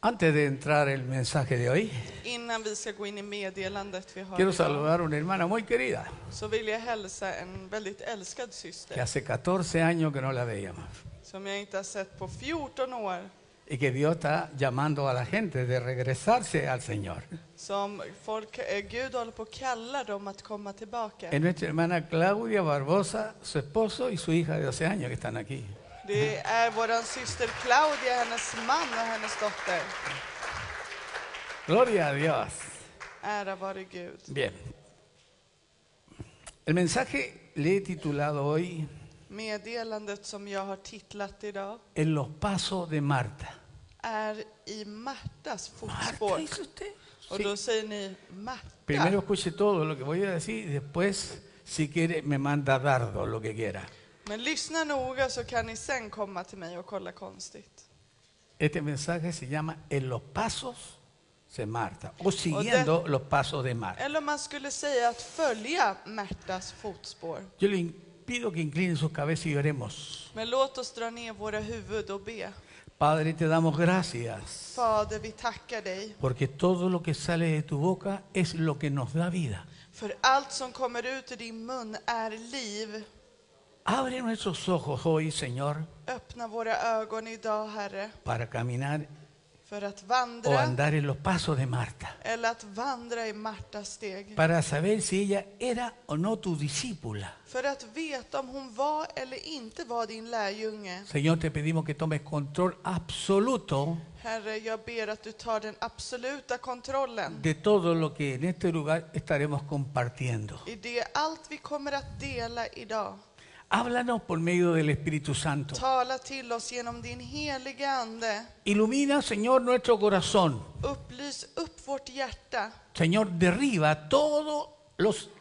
Antes de entrar el mensaje de hoy, Innan vi ska gå in i meddelandet vi har quiero idag, saludar a una hermana muy querida så vill jag hälsa en väldigt älskad syster que hace 14 años que no la veíamos som jag inte har sett på 14 år. y que Dios está llamando a la gente de regresarse al Señor. Som folk, eh, Gud håller på att kalla dem att komma tillbaka. Es nuestra hermana Claudia Barbosa, su esposo y su hija de 12 años que están aquí. Det är vår syster Claudia, hennes man och hennes dotter. Gloria a Dios. Ära vare Gud. Bien. El mensaje le he titulado hoy Meddelandet som jag har titlat idag En los pasos de Marta. är i Martas Marta, fotspår. ¿es usted? Och Sí. då säger ni Marta. Primero escuche todo lo que voy a decir y después, si quiere, me manda dardo, lo que quiera. Men lyssna noga så kan ni sen komma till mig och kolla konstigt. Este mensaje se llama En los pasos de Marta o siguiendo los pasos de Marta. Eller om man skulle säga att följa Märtas fotspår. Yo le in- pido que inclinen sus cabezas y oremos. Men låt oss dra ner våra huvud och be. Padre, te damos gracias Fader, vi tackar dig porque todo lo que sale de tu boca es lo que nos da vida. för allt som kommer ut ur din mun är liv. Abre nuestros ojos hoy, Señor, Öppna våra ögon idag, Herre, para caminar för att o vandra andar en los pasos de Marta, eller att vandra i Martas steg. para saber si ella era o no tu discípula. För att veta om hon var eller inte var din lärjunge. Señor, te pedimos que tomes control absoluto Herre, jag ber att du tar den absoluta kontrollen de todo lo que en este lugar estaremos compartiendo. i det allt vi kommer att dela idag. Háblanos por medio del Espíritu Santo. Tala till oss genom din heliga Ande. Ilumina, Señor, nuestro corazón. Upplys upp vårt hjärta. Señor, derriba todas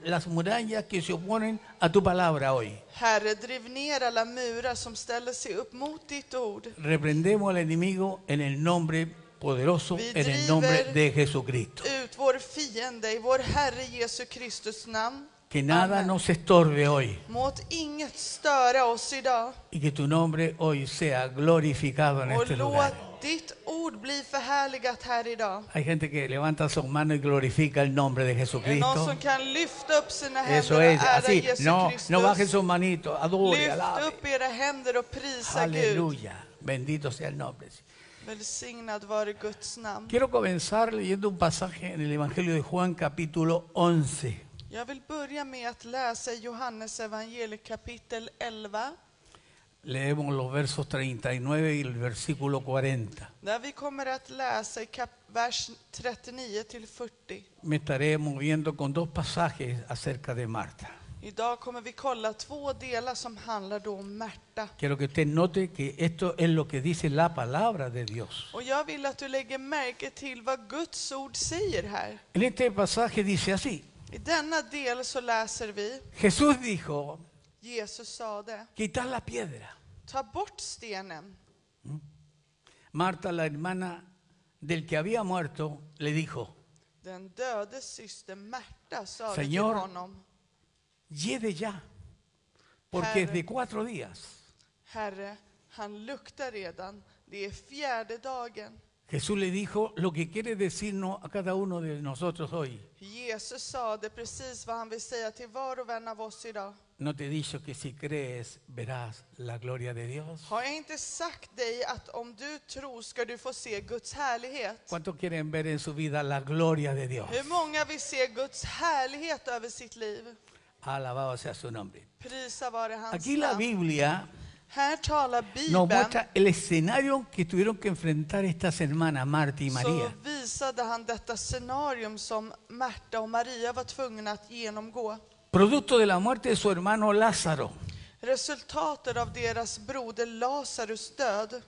las murallas que se oponen a tu palabra hoy. Herre, driv ner alla murar som ställer sig upp mot ditt ord. Reprendemos al enemigo en el nombre poderoso, en el nombre de Jesucristo. Ut vår fiende i vår Herre Jesu Kristus namn. Que nada nos estorbe hoy Måt inget störa oss idag. y que tu nombre hoy sea glorificado en Och este lugar. låt ditt ord bli förhärligat här idag. Hay gente que levanta sus manos y glorifica el nombre de Är det någon Jesucristo. som kan lyfta upp sina händer Eso och es, ära así. Jesu No, no bajen Kristus? sus manitos, adore, Lyft alabe. upp era händer och prisa Gud. Aleluya. Bendito sea el nombre. Välsignad vare Guds namn. Quiero comenzar leyendo un pasaje en el Evangelio de Juan capítulo 11. Jag vill börja med att läsa Johannes evangeliet kapitel 11. Leemos los versos 39 y el versículo 40. Där vi kommer att läsa i kap- vers 39 till 40. Me estaré moviendo con dos pasajes acerca de Marta. Idag kommer vi kolla två delar som handlar då om Märta. Quiero que usted note que esto es lo que dice la palabra de Dios. Och jag vill att du lägger märke till vad Guds ord säger här. En este pasaje dice así. I denna del så läser vi Jesús dijo, Jesus sade, quitad la piedra. ta bort stenen. Marta, la hermana del que había muerto, le dijo, Den döde syster Märta sade till Señor. honom, lleve ya, porque es de cuatro días. Herre, han luktar redan, det är fjärde dagen. Jesús le dijo lo que quiere decirnos a cada uno de nosotros hoy. Jesus sade precis vad han vill säga till var och en av oss idag. ¿No te he dicho que si crees verás la gloria de Dios? Har jag inte sagt dig att om du tror ska du få se Guds härlighet? ¿Cuántos quieren ver en su vida la gloria de Dios? Hur många vill se Guds härlighet över sitt liv? Alabado sea su nombre. Prisa vare hans Aquí la namn. Biblia Här talar nos Bibeln muestra el escenario que tuvieron que enfrentar estas hermanas, Marta y så María. visade han detta scenarium som Märta och Maria var tvungna att genomgå. Producto de la muerte de su hermano Lázaro. Resultatet av deras broder Lazarus död.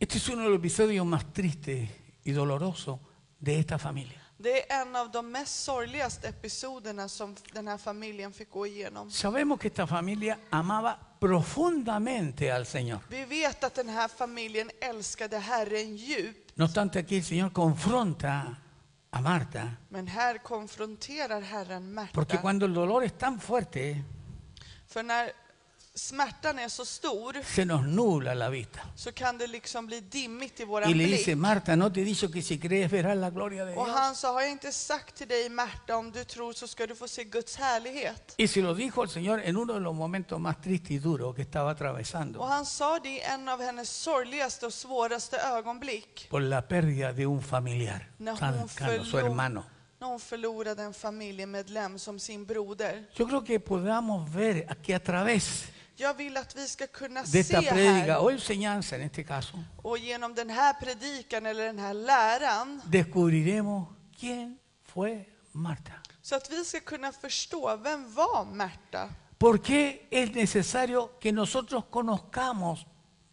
Este es uno de los episodios más tristes y dolorosos de esta familia. Det är en av de mest sorgligaste episoderna som den här familjen fick gå igenom. Sabemos que esta familia amaba profundamente al Señor. Vi vet att den här familjen älskade Herren djupt, No obstante, aquí el Señor confronta a Marta, men här konfronterar Herren porque Märta. cuando el dolor es tan fuerte, För när smärtan är så stor se nos nubla la vista. så kan det liksom bli dimmigt i våran Y le dice, blick. Marta, ¿no te he dicho que si crees verás la gloria de Och Dios? han sa, har jag inte sagt till dig Märta, om du tror så ska du få se Guds härlighet. Y se lo dijo el Señor en uno de los momentos más tristes y duros que estaba Och atravesando han sa det i en av hennes sorgligaste och svåraste ögonblick. por la pérdida de un familiar, När San hon, Carlos, su hermano. förlor, när hon förlorade en familjemedlem som sin broder. Yo creo que podamos ver que a través Jag vill att vi ska kunna de esta se prédica här o enseñanza en este caso, och genom den här predikan eller den här läran descubriremos quién fue Marta. så att vi ska kunna förstå vem var Märta? ¿Por qué es necesario que nosotros conozcamos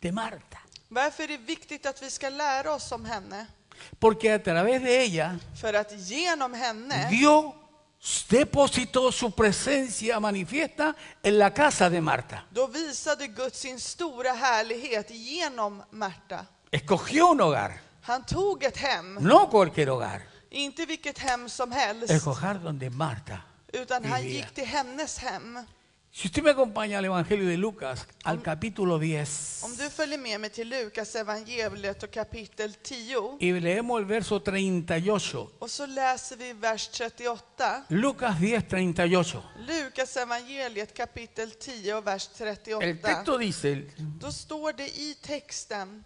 de Marta? Varför är det viktigt att vi ska lära oss om henne? Porque a través de ella För att genom henne Dios depositó su presencia manifiesta en la casa de Marta. då visade Gud sin stora härlighet genom Märta. Escogió un hogar, Han tog ett hem, no cualquier hogar. inte vilket hem som helst, El hogar donde Marta. utan han vivía. gick till hennes hem. Si usted me acompaña al Evangelio de Lucas, al capítulo 10, Om du följer med mig till Lukas evangeliet och kapitel 10 y leemos el verso 38. och så läser vi vers 38. Lucas 10, 38. Lukas evangeliet kapitel 10 och vers El 38. texto dice, Då står det i texten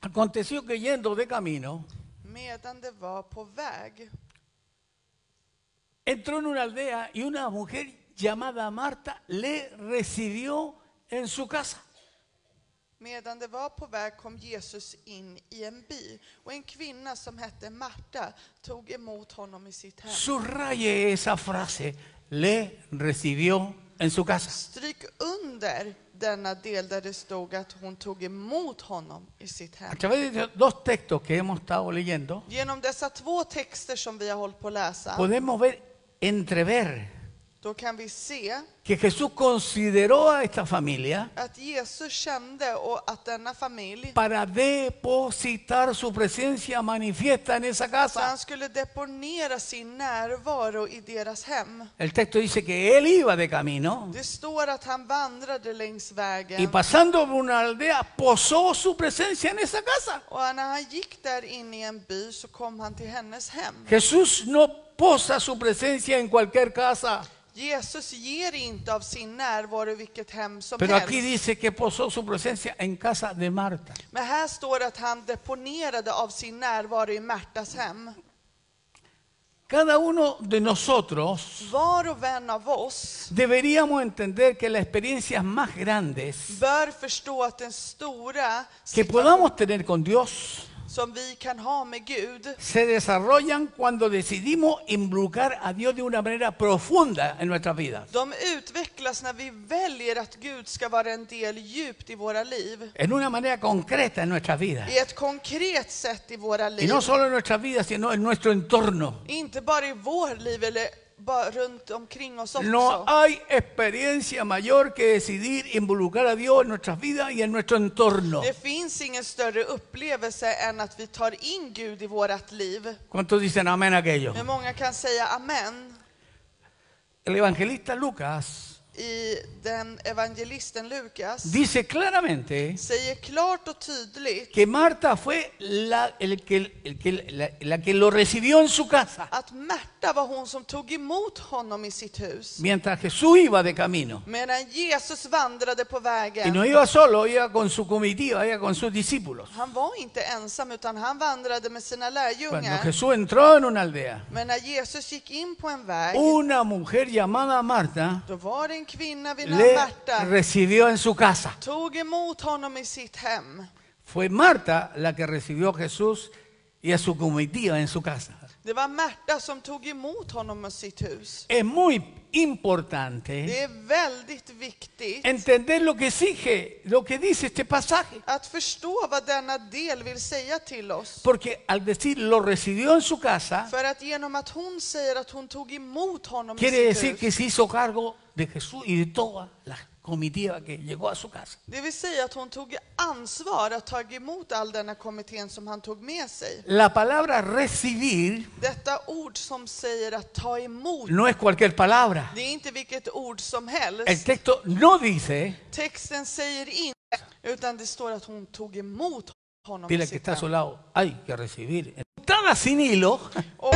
aconteció que yendo de camino, medan det var på väg. entró en una aldea y una mujer llamada Marta le recibió en su casa. Medan det var på väg kom Jesus in i en by och en kvinna som hette Marta tog emot honom i sitt hem. Subraye esa frase, le recibió en su casa. Stryk under denna del där det stod att hon tog emot honom i sitt A hem. través de dos textos que hemos estado leyendo, Genom dessa två texter som vi har hållit på att läsa, podemos ver, entrever, då kan vi se que Jesús consideró a esta familia att Jesus kände och att denna familj, para depositar su presencia manifiesta en esa så casa. han skulle deponera sin närvaro i deras hem. El texto dice que él iba de camino Det står att han vandrade längs y vägen pasando por una aldea posó su presencia en esa casa. och när han gick där in i en by så kom han till hennes hem. Jesús no posa su presencia en cualquier casa, Jesus ger inte av sin närvaro i vilket hem som pero aquí helst. dice que posó su presencia en casa de Marta. Men här står att han deponerade av sin närvaro i Märtas hem. Cada uno de nosotros Var och en av oss deberíamos entender que las experiencias más grandes bör förstå att den stora que situation podamos tener con Dios som vi kan ha med Gud, se desarrollan cuando decidimos involucrar a Dios de una manera profunda en nuestras vidas. de utvecklas när vi väljer att Gud ska vara en del djupt i våra liv. En una manera concreta en nuestras vidas. I ett konkret sätt i våra Y liv. no solo en nuestras vidas, sino en nuestro entorno. Inte bara i vårt liv eller bara runt omkring oss också. No hay experiencia mayor que decidir involucrar a Dios en nuestras vidas y en nuestro entorno. Det finns ingen större upplevelse än att vi tar in Gud i vårt liv. ¿Cuántos dicen amén a aquello? Hur många kan säga amen? El evangelista Lucas I den evangelisten Lukas dice claramente säger klart och tydligt que Marta fue la, el que, el que- la- la que lo recibió en su casa, att Märta var hon som tog emot honom i sitt hus. mientras Jesús iba de camino. Medan Jesus vandrade på Y no vägen. iba solo, iba con su comitiva, iba con sus discípulos. Han var inte ensam utan han vandrade med sina Cuando lärjungar. Jesús entró en una aldea, Men när Jesus gick in på en väg, una mujer llamada Marta då var det en kvinna vid namn le Märta. recibió en su casa. Tog emot honom i sitt hem. Fue Marta la que recibió a Jesús y a su comitiva en su casa. Det var Märta som tog emot honom i sitt hus. Es muy importante Det är väldigt viktigt entender lo que exige, lo que dice este pasaje. att förstå vad denna del vill säga till oss. Porque al decir lo recibió en su casa, För att genom att hon säger att hon tog emot honom quiere i decir sitt que hus, se hizo cargo de Jesús y de toda la comitiva que llegó a su casa. Det vill säga att hon tog ansvar att ta emot all denna kommittén som han tog med sig. La palabra recibir Detta ord som säger att ta emot, no es cualquier palabra. det är inte vilket ord som El helst. texto no dice, Texten säger inte, utan det står att hon tog emot honom i dile que sitt está a su namn. lado, hay que recibir. Puntada sin hilo. Och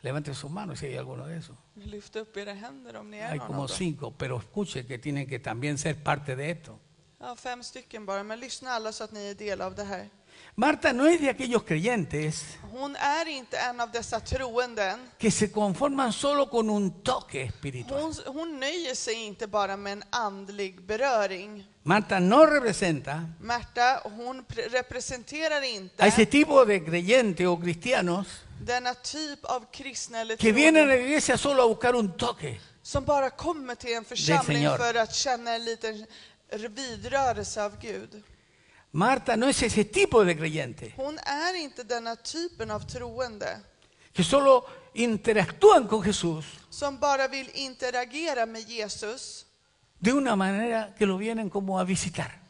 Levanten sus manos si hay alguno de esos. lyft upp era händer om ni är Hay någon av como dem. cinco, pero escuche que tienen que también ser parte de esto. Ja, fem stycken bara, men lyssna alla så att ni är del av det här. Marta no es de aquellos creyentes Hon är inte en av dessa troenden. que se conforman solo con un toque espiritual. Hon, hon nöjer sig inte bara med en andlig beröring. Marta no representa Märta, hon pre- representerar a ese inte tipo de creyentes o cristianos denna typ av kristna eller que vienen a troende la iglesia solo a buscar un toque. som bara kommer till en församling Señor. för att känna en liten vidrörelse av Gud. Marta no es ese tipo de creyente Hon är inte denna typen av troende que solo interactúan con Jesús som bara vill interagera med Jesus. de una manera que lo vienen como a visitar.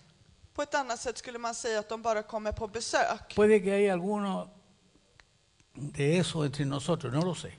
På ett annat sätt skulle man säga att de bara kommer på besök. Puede que haya alguno de esos entre nosotros, no lo sé.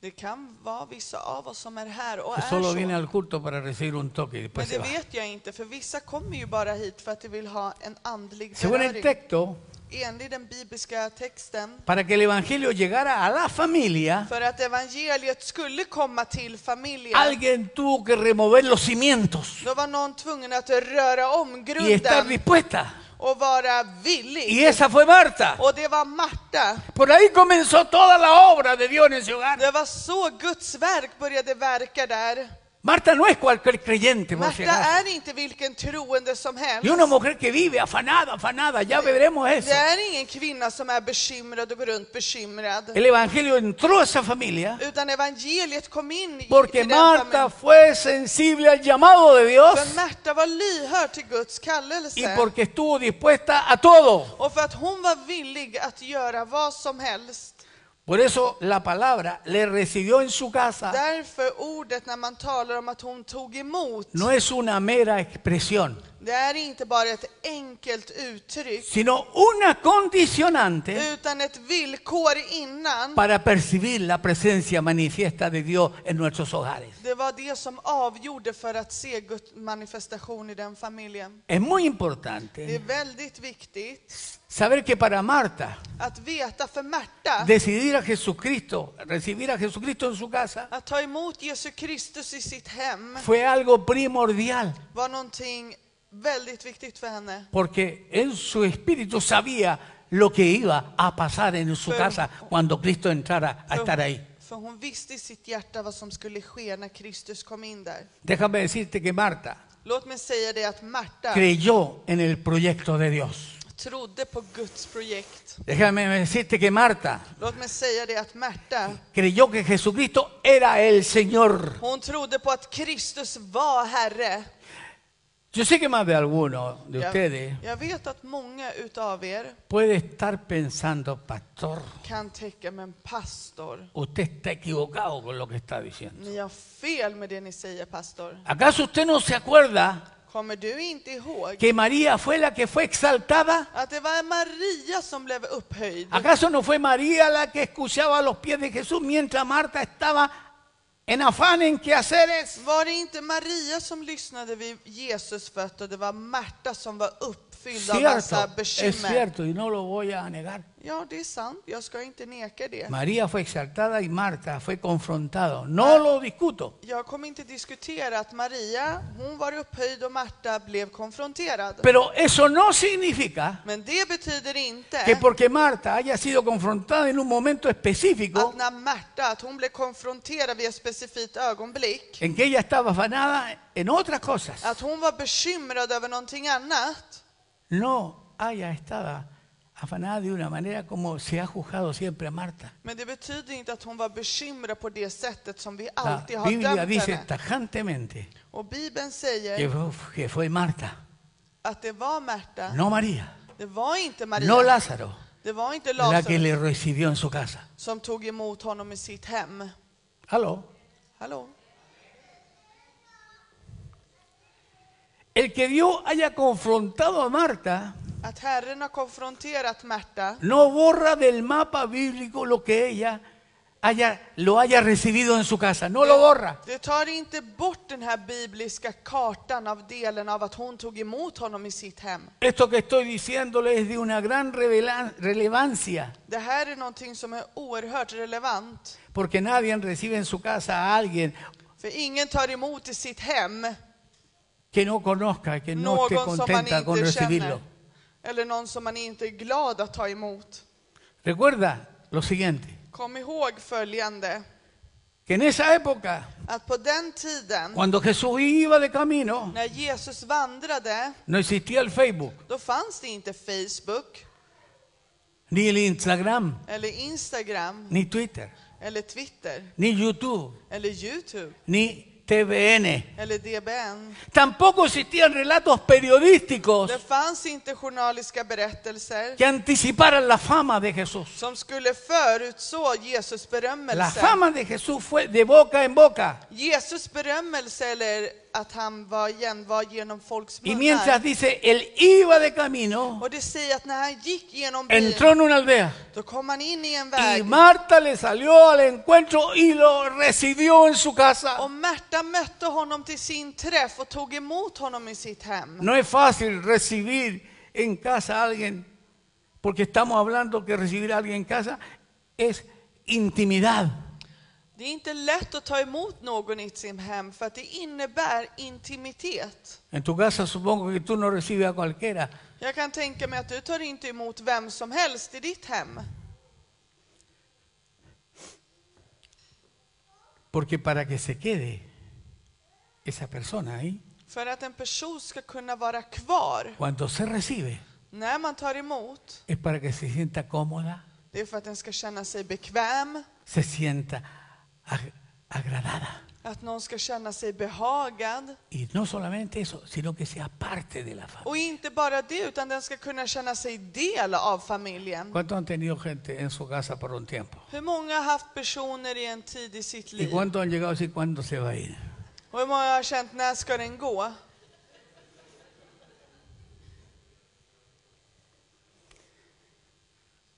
Det kan vara vissa av oss som är här och Que är solo viene så. al culto para recibir un toque y después Men se det va. vet jag inte, för vissa kommer ju bara hit för att de vill ha en andlig Según el beröring. texto, Enligt den bibliska texten, para que el evangelio llegara a la familia, för att evangeliet skulle komma till familjen, alguien tuvo que remover los cimientos då var någon tvungen att röra om y estar grunden dispuesta. och vara Y villig. esa fue Marta. Och det var Marta. Por ahí comenzó toda la obra de Dios en ese hogar. Det var så Guds verk började verka där. Marta no es cualquier creyente. por si Marta acaso. är inte vilken troende som Y helst. una mujer que vive afanada, afanada, ya veremos eso. Det är ingen kvinna som är bekymrad och går runt bekymrad. El evangelio entró a esa familia Utan evangeliet kom in i i porque den Marta familjen. fue sensible al llamado de Dios För Märta var lyhörd till Guds y kallelse. porque estuvo dispuesta a todo. Och för att hon var villig att göra vad som helst. Por eso la palabra le recibió en su casa Därför ordet när man talar om att hon tog emot. no es una mera expresión, Det är inte bara ett enkelt uttryck. sino una condicionante Utan ett villkor innan. para percibir la presencia manifiesta de Dios en nuestros hogares. Det var det som avgjorde för att se Guds manifestation i den familjen. Es muy Det är importante väldigt viktigt saber que para Marta att veta för Märta. decidir a Jesucristo, recibir a Jesucristo en su casa, Att ta emot Jesus Kristus i sitt hem fue algo primordial, var någonting väldigt viktigt för henne. porque en su espíritu sabía lo que iba a pasar en su casa cuando Cristo entrara a estar ahí. För hon visste i sitt hjärta vad som skulle ske när Kristus kom in där. Déjame decirte que Marta Låt mig säga det att Marta creyó en el proyecto de Dios. trodde på Guds projekt. Déjame decirte que Marta Låt mig säga det att Marta, creyó que Jesucristo era el Señor. hon trodde på att Kristus var Herre. Yo sé que más de alguno de Jag, ustedes jag vet att många utav er puede estar pensando, pastor, kan tänka, men pastor, usted está equivocado con lo que está diciendo. ni har fel med det ni säger pastor. ¿Acaso usted no se acuerda Kommer du inte ihåg que María fue la que fue exaltada? att det var Maria som blev upphöjd? ¿Acaso no fue María la que escuchaba a los pies de Jesús mientras Marta estaba en afán en quehaceres? Var det inte Maria som lyssnade vid Jesus fötter? Det var Marta som var uppfylld av massa Cierto, es bekymmer. cierto y no lo voy a negar. Ja, det är sant. Jag ska inte neka det. María fue exaltada y Marta fue confrontada. No lo discuto. Jag kommer inte diskutera att Maria, hon var upphöjd och Marta blev konfronterad. Pero eso no significa Men det betyder que inte porque Marta haya sido confrontada en un momento específico att när Marta, att hon blev konfronterad vid ett specifikt ögonblick, en que ella estaba afanada en otras cosas, att hon var bekymrad över någonting annat, no haya estado afanada de una manera como se ha juzgado siempre a Marta. men det betyder inte att hon var bekymrad på det sättet som vi La alltid har Biblia dömt dice henne. tajantemente Och Bibeln säger que fue, que fue Marta, att det var Märta, no María, det var inte Maria, no Lázaro, det var inte la Lazarus que le recibió en su casa. som tog emot honom i sitt hem. Aló, Hallå? El que Dios haya confrontado a Marta Att Herren har konfronterat Märta no borra del mapa bíblico lo que ella haya, lo haya recibido en su casa. No lo borra. Det tar inte bort den här bibliska kartan av delen av att hon tog emot honom i sitt hem. Esto que estoy diciéndole es de una gran revela- relevancia, Det här är någonting som är oerhört relevant. porque nadie recibe en su casa a alguien För ingen tar emot i sitt hem que no conozca, que no esté någon som man contenta con inte recibirlo. känner. Eller någon som man inte är glad att ta emot. Recuerda lo siguiente, Kom ihåg följande. que en esa época, Att på den tiden cuando Jesús iba de camino, när Jesus vandrade, no existía el Facebook, då fanns det inte Facebook ni el Instagram, eller Instagram ni Twitter, eller Twitter ni YouTube, eller Youtube ni TVN. eller DBN. Tampoco existían relatos periodísticos Det fanns inte journaliska berättelser que anticiparan la fama de Jesús. som skulle förutså Jesus La berömmelse. fama de Jesús fue de boca en boca. Jesus berömmelse eller att han var igen var genom folks Y munnar. mientras dice, él iba de camino, Och det säger att när han gick genom byn, entró en una aldea. då kom han in i en Y väg. Marta le salió al encuentro y lo recibió en su casa. Och Märta mötte honom till sin träff och tog emot honom i sitt hem. No es fácil recibir en casa a alguien, porque estamos hablando que recibir a alguien en casa es intimidad. Det är inte lätt att ta emot någon i sitt hem för att det innebär intimitet. En tu casa supongo que tú no recibes a cualquiera. Jag kan tänka mig att du tar inte emot vem som helst i ditt hem. Porque para que se quede esa persona ahí, För att en person ska kunna vara kvar cuando se recibe, när man tar emot, es para que se sienta cómoda, det är för att den ska känna sig bekväm, se sienta ag- agradada. att någon ska känna sig behagad. Y no solamente eso, sino que sea parte de la familia. Och inte bara det, utan den ska kunna känna sig del av familjen. ¿Cuánto han tenido gente en su casa por un tiempo? Hur många har haft personer i en tid i sitt ¿Y liv? cuánto han llegado a decir cuándo se va a ir? Och hur många har känt, när ska den gå?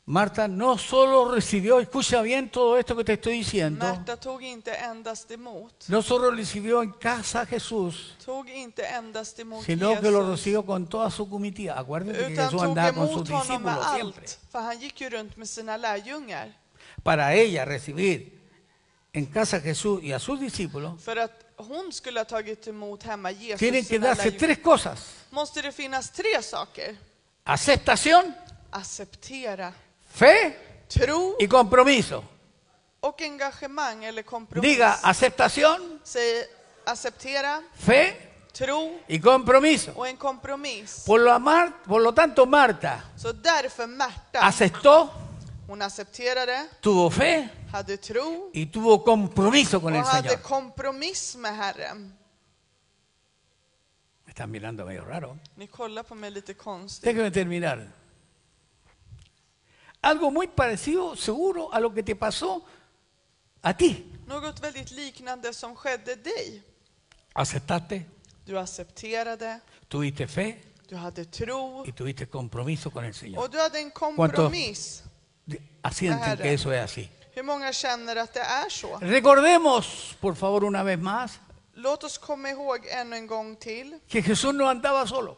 Marta no solo recibió, escucha bien todo esto que te estoy diciendo, Märta tog inte endast emot. no solo recibió en casa a Jesús, Tog inte endast emot sino que lo Jesus, recibió con toda su comitiva. Acuérdense que utan Jesús tog andaba con sus emot honom med discípulos siempre. allt. För han gick ju runt med sina lärjungar. para ella recibir en casa a Jesús y a sus discípulos, För att hon skulle ha tagit emot hemma Jesus tienen que sina darse lärjungar, tres cosas. måste det finnas tre saker. Aceptación, Acceptera, fe tro y compromiso. och engagemang eller kompromiss. Diga aceptación, Säg acceptera, fe tro y compromiso. och en kompromiss. Por lo, amar- por lo tanto, Marta Så därför Märta, aceptó, hon accepterade, tuvo fe hade tro y tuvo compromiso och con el hade Señor. kompromiss med Herren. Me están mirando medio raro. Ni kollar på mig lite konstigt. Déjeme terminar. Algo muy parecido, seguro, a lo que te pasó a ti. Något väldigt liknande som skedde dig. Aceptaste, Du accepterade, tuviste fe du hade tro y tuviste compromiso con el Señor. och du hade en kompromiss. Asienten Claro. que eso es así. Hur många känner att det är så? Recordemos, por favor, una vez más, Låt oss komma ihåg ännu en gång till que Jesús no andaba solo.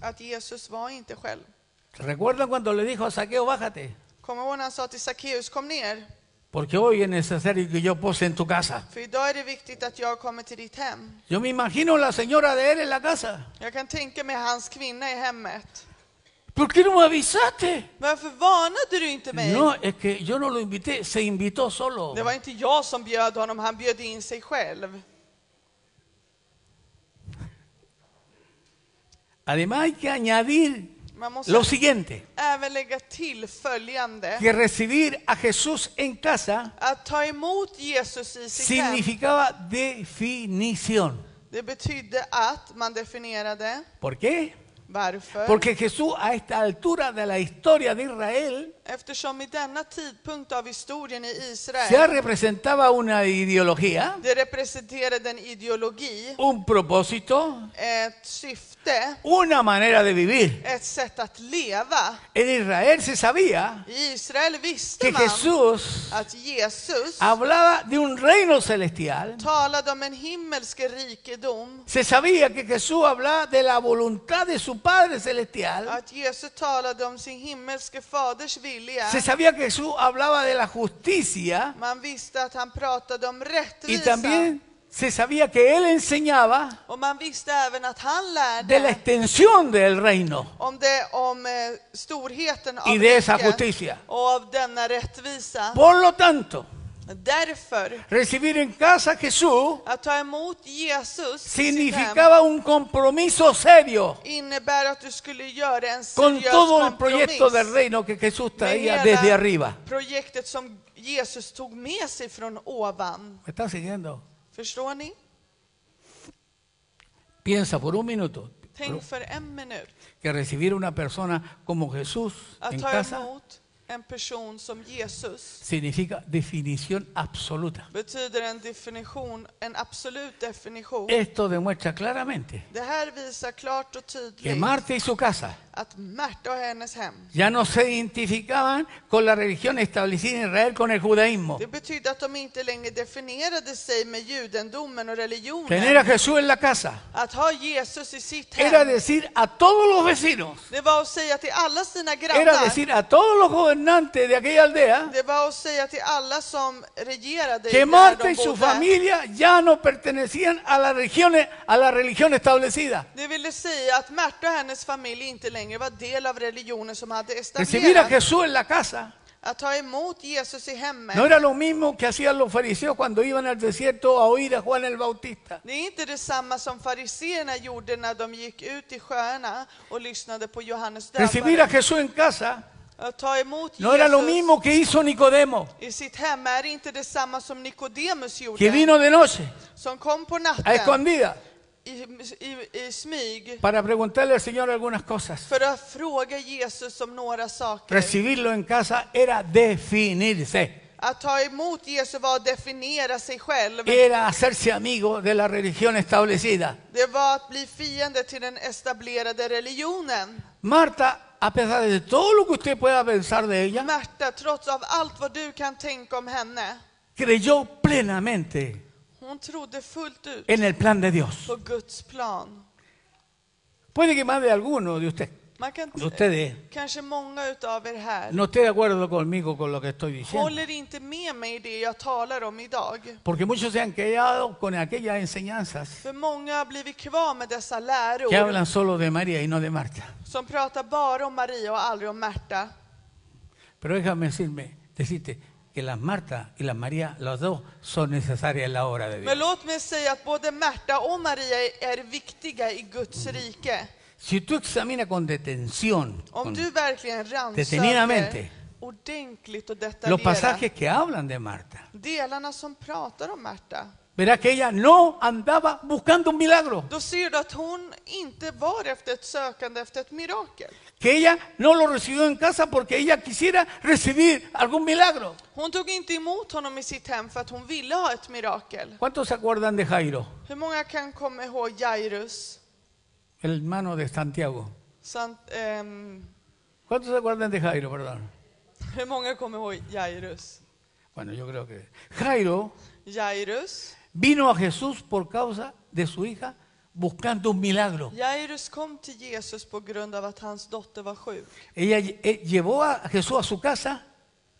att Jesus var inte själv. ¿Recuerdan cuando le dijo a Saqueo, bájate? Kom ihåg när han sa till Sackeus, kom ner, Porque hoy es necesario que yo pose en tu casa. för idag är det viktigt att jag kommer till ditt hem. Yo me imagino la señora de él en la casa. Jag kan tänka mig hans kvinna i hemmet. ¿Por qué no me avisaste? Varför varnade du inte mig? No, es que yo no lo invité, se invitó solo. Det var inte jag som bjöd honom, han bjöd in sig själv. Además hay que añadir Man måste lo siguiente, även lägga till följande. que recibir a Jesús en casa Att ta emot Jesus i sitt hem, significaba definición. det betydde att man definierade ¿Por qué? Varför? Porque Jesús a esta altura de la historia de Israel ¿Eh? Eftersom i denna tidpunkt av historien i ya Israel, representaba una ideología, det representerade en ideologi, un propósito, ett syfte, una manera de vivir. ett sätt att leva. En Israel se sabía I Israel visste que man Jesús att Jesus hablaba de un reino celestial. talade om en himmelsk rikedom, Se sabía que Jesús hablaba de la voluntad de su Padre Celestial. att Jesus talade om sin himmelske faders vilja. Se sabía que Jesús hablaba de la justicia. Man visste att han pratade om Y rättvisa. también se sabía que Él enseñaba Och man visste även att han de la lärde extensión del reino om, det, om eh, storheten av y de esa riket justicia. och av denna rättvisa. Por lo tanto, Därför, recibir en casa a Jesús att ta emot Jesus i sitt hem significaba un compromiso serio innebär att du skulle göra en con seriös todo el proyecto del kompromiss reino que Jesús med traía hela desde arriba. projektet som Jesus tog med sig från ovan. ¿Me están siguiendo? Förstår ni? Piensa por un minuto Tänk för en minut. que recibir una persona como Jesús en Att ta casa emot en person som Jesus significa definición absoluta. betyder en definition, en absolut definition. Esto demuestra claramente Det här visar klart och que tydligt Marta y su casa att Märta och hennes hem, ya no se identificaban con la religión establecida en Israel con el judaísmo. det betydde att de inte längre definierade sig med judendomen och Tener a religionen. Jesús en la casa Att ha Jesus i sitt era hem, decir a todos los vecinos, det var att säga till alla sina era grannar, decir a todos los gobernantes de aquella aldea det var att säga till alla som regerade que där Marta de y su bodde. familia ya no pertenecían a la religión, a la religión establecida. Det ville säga att Märta och hennes familj inte längre var del av religionen som hade Recibir a etablerats. Jesús en la casa Att ta emot Jesus i hemmet, no era lo mismo que hacían los fariseos cuando iban al desierto a oír a Juan el Bautista. det är inte detsamma som fariseerna gjorde när de gick ut i sjöarna och lyssnade på Johannes Recibir a döparen. Jesús en casa Att ta emot no era lo Jesus mismo que hizo Nicodemo, i sitt hem är inte detsamma som Nikodemus que gjorde, vino de noche som kom på a natten escondidas i, i, i smyg para preguntarle al Señor algunas cosas. för att fråga Jesus om några saker. Recibirlo en casa era definirse, Att ta emot Jesus var att definiera sig själv. era hacerse amigo de la religión establecida. Det var att bli fiende till den etablerade religionen. Marta, a pesar de todo lo que usted pueda pensar de ella, Märta, trots av allt vad du kan tänka om henne, creyó plenamente hon trodde fullt ut en el plan de Dios. på Guds plan. Puede que más de alguno de usted, Man kan de ustedes kanske många utav er här no esté de acuerdo conmigo con lo que estoy diciendo, håller inte med mig i det jag talar om idag. porque muchos se han quedado con aquellas enseñanzas För många har blivit kvar med dessa que läror hablan solo de María y no de Marta. som pratar bara om Maria och aldrig om Märta. Pero déjame decirme, decirte que las Marta y las María, las dos, son necesarias en la obra de Men Dios. låt mig säga att både Märta och Maria är viktiga i Guds rike. Si tú examinas con detención Om con du verkligen Detenidamente. rannsakar ordentligt och los detaljerat pasajes que hablan de Marta, delarna som pratar om Märta, verás que ella no andaba buscando un milagro. då ser du att hon inte var efter ett sökande efter ett mirakel. que ella no lo recibió en casa porque ella quisiera recibir algún milagro. Hon tog inte emot honom i sitt hem för att hon ville ha ett mirakel. ¿Cuántos se acuerdan de Jairo, Hur många kan komma ihåg Jairus? el hermano de Santiago? Sant, ehm, ¿Cuántos se acuerdan de Jairo, perdón? hur många kommer ihåg Jairus? Bueno, yo creo que Jairo Jairus? vino a Jesús por causa de su hija buscando un milagro. Jairus kom till Jesus på grund av att hans dotter var sjuk. Ella lle- eh, llevó a Jesús a su casa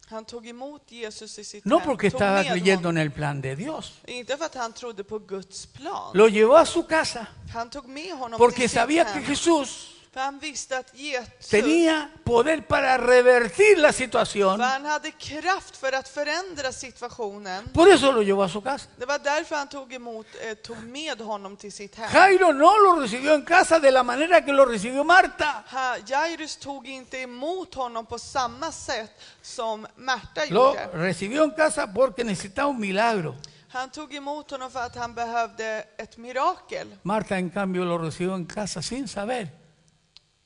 Han tog emot Jesus i sitt no hem, porque tog estaba med creyendo honom. en el plan de Dios. Inte för att han trodde på Guds plan. Lo llevó a su casa Han tog med honom porque till sitt sabía que hem, Jesús för han visste att Jesus, tenía poder para revertir la situación. för han hade kraft för att förändra situationen. Por eso lo llevó a su casa. Det var därför han tog, emot, eh, tog med honom till sitt hem. Jairo no lo recibió en casa de la manera que lo recibió Marta. Ha, Jairus tog inte emot honom på samma sätt som Märta Lo gjorde. recibió en casa porque necesitaba un milagro. Han tog emot honom för att han behövde ett mirakel. Marta, en cambio, lo recibió en casa sin saber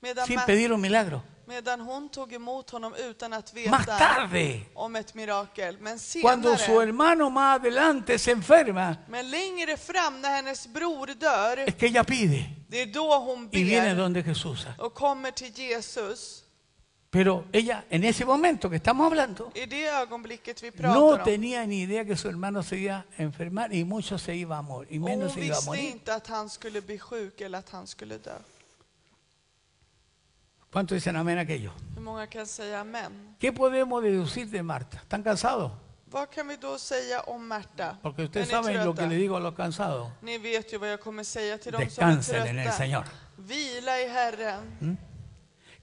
Medan, sin Ma- pedir un milagro. medan hon tog emot honom utan att Más veta tarde, om ett mirakel. Men cuando su senare, hermano más adelante se enferma, men längre fram när hennes bror dör, es que ella pide det är då hon y viene ber donde Jesús. och kommer till Jesus. Pero ella, en ese momento que estamos hablando, I det ögonblicket vi no pratar om. tenía ni idea que su hermano se iba a enfermar y mucho se iba a morir, y Och hon menos se iba a visste morir. inte att han skulle bli sjuk eller att han skulle dö. ¿Cuánto dicen amén aquello? Hur många kan säga amen? ¿Qué podemos deducir de Marta? ¿Están cansados? Vad kan vi då säga om Märta? Porque Den är ustedes saben lo trötta. que le digo a los cansados. Ni vet ju vad jag kommer säga till dem som är Descansen en el trötta. Señor. Vila i Herren.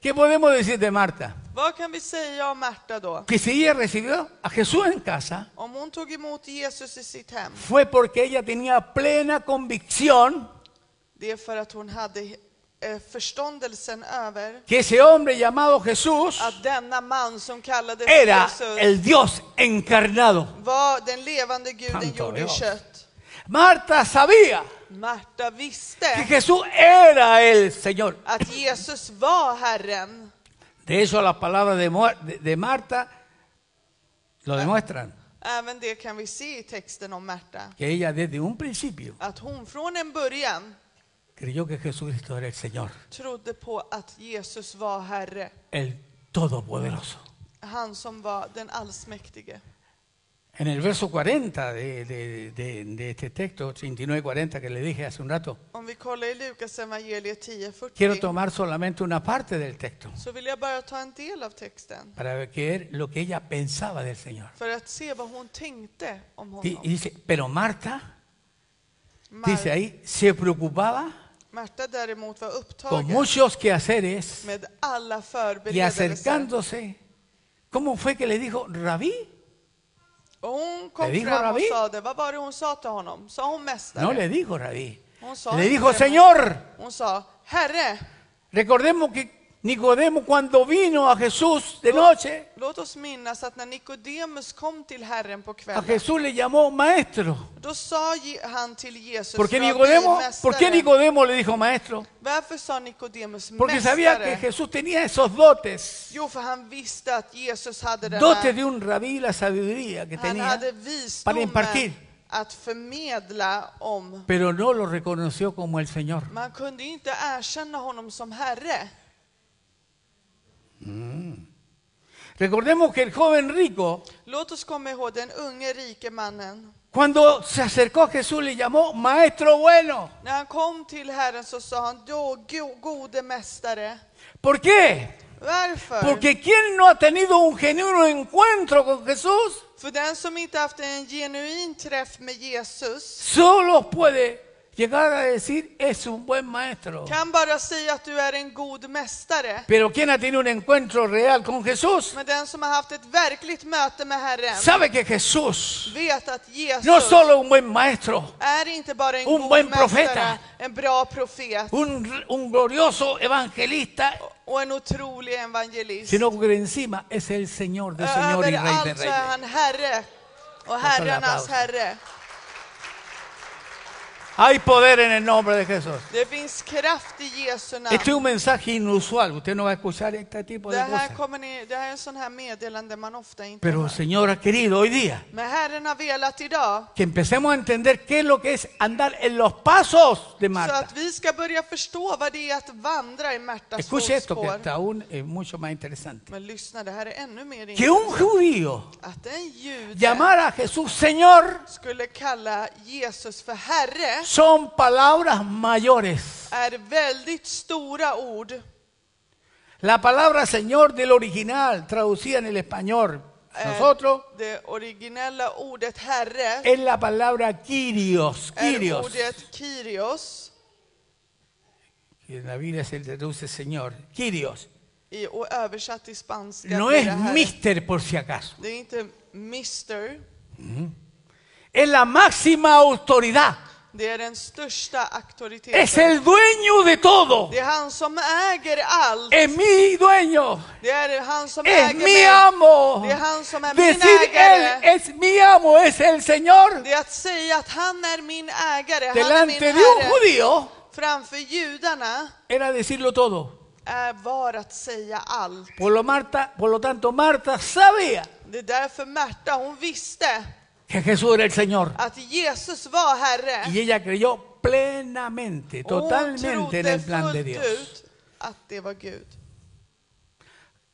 ¿Qué podemos decir de Marta? Vad kan vi säga om Märta då? Que si ella recibió a Jesús en casa, Om hon tog emot Jesus i sitt hem, fue porque ella tenía plena convicción det är för att hon hade eh, förståndelsen över que ese hombre llamado Jesús att denna man som kallades era Jesus el Dios encarnado. var den levande guden Santo gjord i Dios. kött. Marta sabía Märta que visste Jesús era el Señor. att Jesus var Herren. De hecho, las palabras de, Mo- de- de Marta lo demuestran, Även det kan vi se i texten om Märta. que ella desde un principio Att hon från en början creyó que Jesucristo era el Señor, trodde på att Jesus var Herre. el Todopoderoso. Han som var den allsmäktige. En el verso 40 de, de- de- de este texto, 39-40 que le dije hace un rato, Om vi kollar i Lukas evangeliet quiero 10.40 tomar solamente una parte del texto så vill jag bara ta en del av texten para ver lo que ella pensaba del Señor. för att se vad hon tänkte om Di- Y honom. dice, pero Marta, dice Mar- ahí, se preocupaba Marta däremot var con upptagen muchos quehaceres med alla y förberedelser. acercándose. ¿Cómo fue que le dijo rabí? Och hon Le kom dijo fram och Rabbi. sa det. Vad var det hon sa till honom? Sa hon No mästare? le dijo rabí. Hon sa Le inte dijo, det. Señor, Hon sa Herre. recordemos que Nicodemo cuando vino a Jesús de noche, Låt oss minnas att när Nikodemus kom till Herren på a kvällen, Jesús le llamó maestro. då sa Je- han till Jesus, ¿Por qué "Rabbi, Nicodemo? ¿Por qué mästare." Nicodemo le dijo maestro? Varför sa Nikodemus Porque sabía que mästare? Jesús tenía esos dotes, Jo, för han visste att Jesus hade den dotes här, de un rabí, la sabiduría que han tenía, hade impartir. visdomen att förmedla om. pero no lo reconoció como el Señor. Man kunde ju inte erkänna honom som Herre. Recordemos que el joven rico, Låt oss komma ihåg den unge rike mannen. cuando se acercó a Jesús, le llamó maestro bueno. När han kom till Herren så sa han, då go- gode mästare. ¿Por qué? Varför? Porque quien no ha tenido un genuino encuentro con Jesús, För den som inte haft en genuin träff med Jesus solo puede llegar a decir es un buen maestro. kan bara säga att du är en god mästare. Pero quien ha tenido un encuentro real con Jesús, Men den som har haft ett verkligt möte med Herren sabe que Jesús vet att Jesus no solo es un buen maestro, är inte bara en Un god buen mästare, profeta. en bra profet un, un glorioso evangelista, och en otrolig evangelist. sino que encima es el Señor Ah, de Señor y Rey de Överallt så är Reyes. han Herre och la herrarnas pausa. Herre. Hay poder en el nombre de Jesús. Det finns kraft i Jesu namn. Este es un mensaje inusual. Usted no va a escuchar este tipo Det de här, cosas. kommer ni, det här är en sån här meddelande man ofta inte Pero el hör. Señor ha querido hoy día Men Herren har velat idag que empecemos a entender qué es lo que es andar en los pasos de Så Marta. att vi ska börja förstå vad det är att vandra i Märtas Escuche esto que fotspår. hasta aún es mucho más interesante. Men lyssna, det här är ännu mer Que un intressant. judío Att en jude llamara a Jesús Señor skulle kalla Jesus för Herre son palabras mayores. är väldigt stora ord. Eh, La palabra Señor del original, traducida en el español, a Eh, nosotros, Det originella ordet Herre es la palabra Kyrios. är Kyrios. ordet Kyrios que en la Biblia se traduce Señor. Kyrios. i, och översatt till spanska. No blir det es Herre. mister por si acaso. Det är inte Mister. Es la máxima autoridad. Det är den största Es auktoriteten. el dueño de todo. Det är han som äger allt. Es mi dueño. Det är han som Es äger mi mig. amo. Det är han som är min Decir Él ägare. es mi amo, es el Señor. Det är att säga att han är min ägare, han är min Delante de un herre. judío Framför judarna era decirlo todo. är var att säga allt. Por lo, Marta, por lo tanto, Marta sabía Det är därför Märta, hon visste que Jesús era el Señor. att Jesus var Herre. Y ella creyó plenamente, Och hon totalmente en trodde el plan de fullt Dios. ut att det var Gud.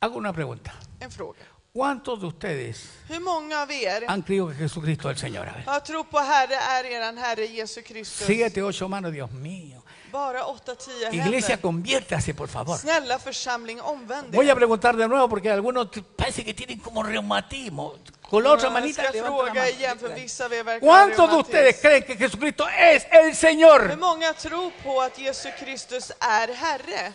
Hago una pregunta. En fråga. ¿Cuántos de ustedes Hur många av er han creído que Jesucristo es el Señor? A ver. har tro på Herre är eran Herre Jesus Kristus? Siete, ocho manos, Dios mío. Bara 8-10 Iglesia, händer. conviértase, por favor. Snälla församling, omvänd Voy a er. preguntar de nuevo porque algunos t- parece que tienen como reumatismo. Con la otra Jag manita ska levanta la fråga igen, för mano. vissa av er verkar ha ¿Cuántos de reumatism. ustedes creen que Jesucristo es el Hur Señor? många tror på att Jesus Kristus är Herre?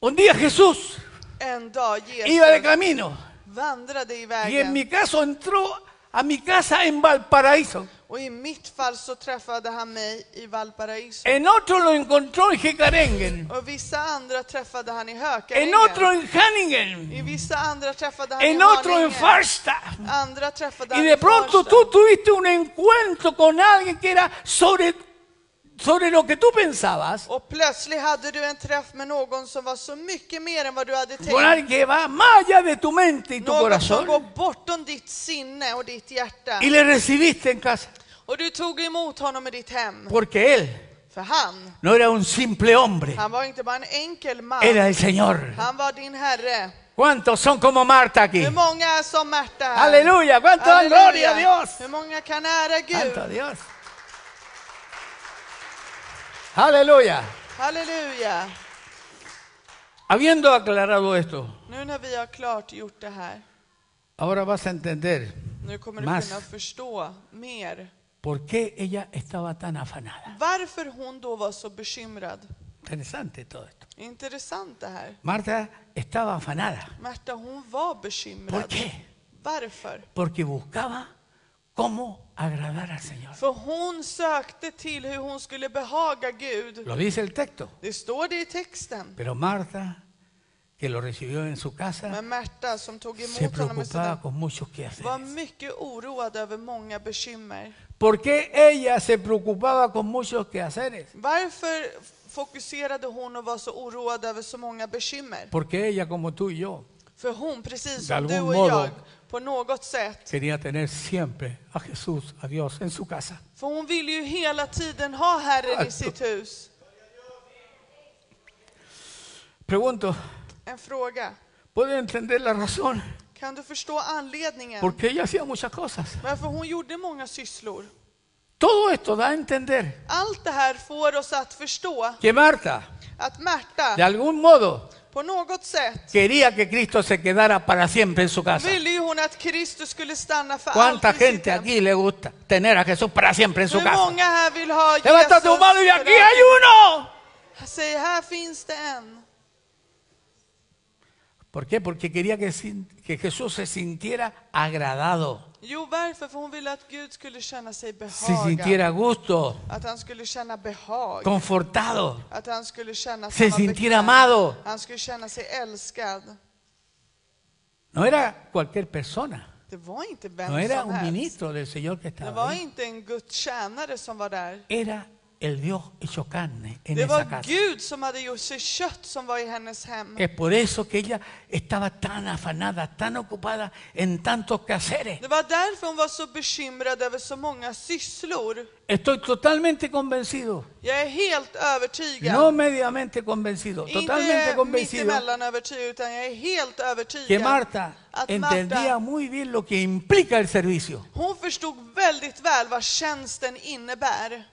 Un día Jesús En dag iba de Jesus camino vandrade i y en vägen mi caso entró a mi casa en Valparaíso. och i mitt fall så träffade han mig i Valparaiso. En otro lo encontró en Jecarengen. Och vissa andra träffade han i En Hökarängen. otro en Hanningen. I vissa andra träffade han i En otro en Haninge. Farsta. Andra träffade Y han de i pronto Farsta. tú tuviste un encuentro con alguien que era sobre, sobre lo que tú pensabas, Och plötsligt hade du en träff med någon som var så mycket mer än vad du hade con tänkt. alguien que va más allá de tu mente y tu Någon som går corazón, bortom ditt sinne och ditt hjärta. y le recibiste en casa, Och du tog emot honom i ditt hem. porque él För han, no era un simple hombre, han var inte bara en enkel man. era el Señor. Han var din herre. ¿Cuántos son como Marta aquí? Hur många är som Märta här? Aleluya, ¿cuántos dan Halleluja. gloria a Dios? Hur många kan ära Gud? Santo Dios. Aleluya. Halleluja. Habiendo aclarado esto, Nu när vi har klart gjort det här, ahora vas a entender nu kommer du Mas. kunna förstå mer. por qué ella estaba tan afanada. Varför hon då var så bekymrad. Interesante todo esto. Intressant det här. Marta estaba afanada. Märta, hon var ¿Por bekymrad. qué? Varför? Porque buscaba cómo agradar al Señor. För hon sökte till hur hon skulle behaga Gud. Lo dice el texto. Det står det i texten. Pero Marta, que lo recibió en su casa, Men Märta som tog se emot honom i sin preocupaba con muchos var quehaceres. mycket oroad över många bekymmer. ¿Por qué ella se preocupaba con muchos quehaceres? Varför fokuserade hon och var så oroad över så många bekymmer? Porque ella, como tú y yo, För hon, precis De som du algún och modo. jag, på något sätt. quería tener siempre a Jesús, a Dios, en su casa. För hon ville ju hela tiden ha Herren i sitt hus. Pregunto, En fråga. ¿puedo entender la razón? Kan du förstå anledningen? Porque ella hacía muchas cosas. Varför hon gjorde många sysslor? Todo esto da a entender Allt det här får oss att förstå que Marta, att de Märta, algún modo, på något sätt, quería que Cristo se quedara para siempre en su casa. ville ju hon att Kristus skulle stanna för Alltså. ¿Cuánta alltid i sitt gente hem. aquí le gusta tener a Jesús para siempre en su Hur casa? många här vill ha Jesus? Levanta tu mano y aquí hay uno. Säg, här finns det en. ¿Por qué? Porque quería que, sin- que Jesús se sintiera agradado, Jo, varför? För hon ville att Gud skulle känna sig se behagad. sintiera gusto, Att han skulle känna behag. confortado. Att han skulle känna Se han var sintiera bekväm. amado. Han skulle känna sig älskad. No era cualquier persona, Det var inte vem no era som un helst. ministro del Señor que Det var estaba ahí. inte en Guds tjänare som var där. Era el Dios hecho carne en Det esa var casa. Gud som hade gjort sig kött som var i hennes hem. Es por eso que ella estaba tan afanada, tan ocupada en tantos quehaceres. Det var därför hon var så bekymrad över så många sysslor. Estoy totalmente convencido, Jag är helt övertygad. no mediamente convencido, totalmente inte mitt convencido emellan övertygad, utan jag är helt övertygad. que Marta att entendía Marta, muy bien lo que implica el servicio, hon förstod väldigt väl vad tjänsten innebär.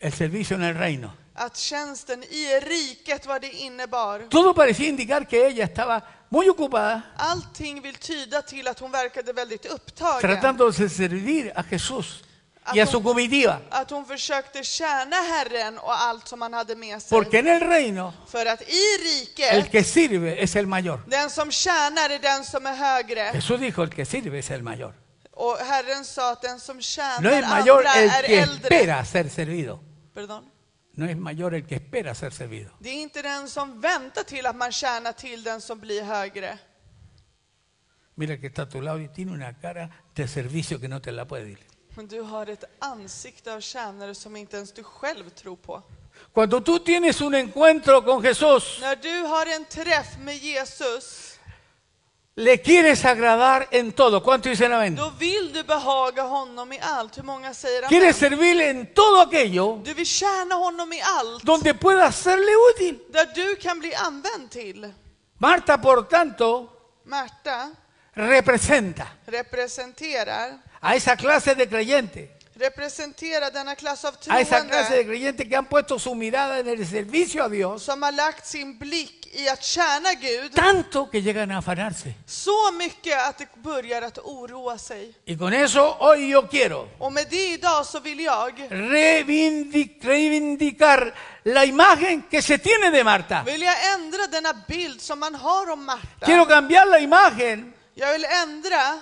el servicio en el reino. Att tjänsten i riket, vad det innebar. Todo parecía indicar que ella estaba muy ocupada Allting vill tyda till att hon verkade väldigt upptagen. tratando de servir a Jesús y a su comitiva, Att hon försökte tjäna Herren och allt som han hade med sig. porque en el reino För att i el riket, que sirve es el mayor. den som tjänar är den som är högre. Jesús dijo, el que sirve es el mayor. Och Herren sa att den som No tjänar es mayor andra el är que äldre. espera ser servido. Pardon? No es mayor el que espera ser servido. Det är inte den som väntar till att man tjänar till den som blir högre. Mira el que está a tu lado y tiene una cara de servicio que no te la puede decir. Men du har ett ansikte av tjänare som inte ens du själv tror på. Cuando tú tienes un encuentro con Jesús, När du har en träff med Jesus, le quieres agradar en todo. ¿Cuánto dicen amén? då vill du behaga honom i allt. Hur många säger Quieres amen? servirle en todo aquello Du vill tjäna honom i allt, donde pueda serle útil. där du kan bli använd till. Marta, por tanto, Märta representa representerar, a esa clase de creyentes, representerar denna klass av a esa clase troende de creyentes que han puesto su mirada en el servicio a Dios, som har lagt sin blick i att tjäna Gud tanto que llegan a afanarse. så mycket att det börjar att oroa sig. Y con eso hoy yo quiero Och med det idag så vill jag, revindic- reivindicar la imagen que se tiene de Marta. vill jag ändra denna bild som man har om Marta. Quiero cambiar la imagen Jag vill ändra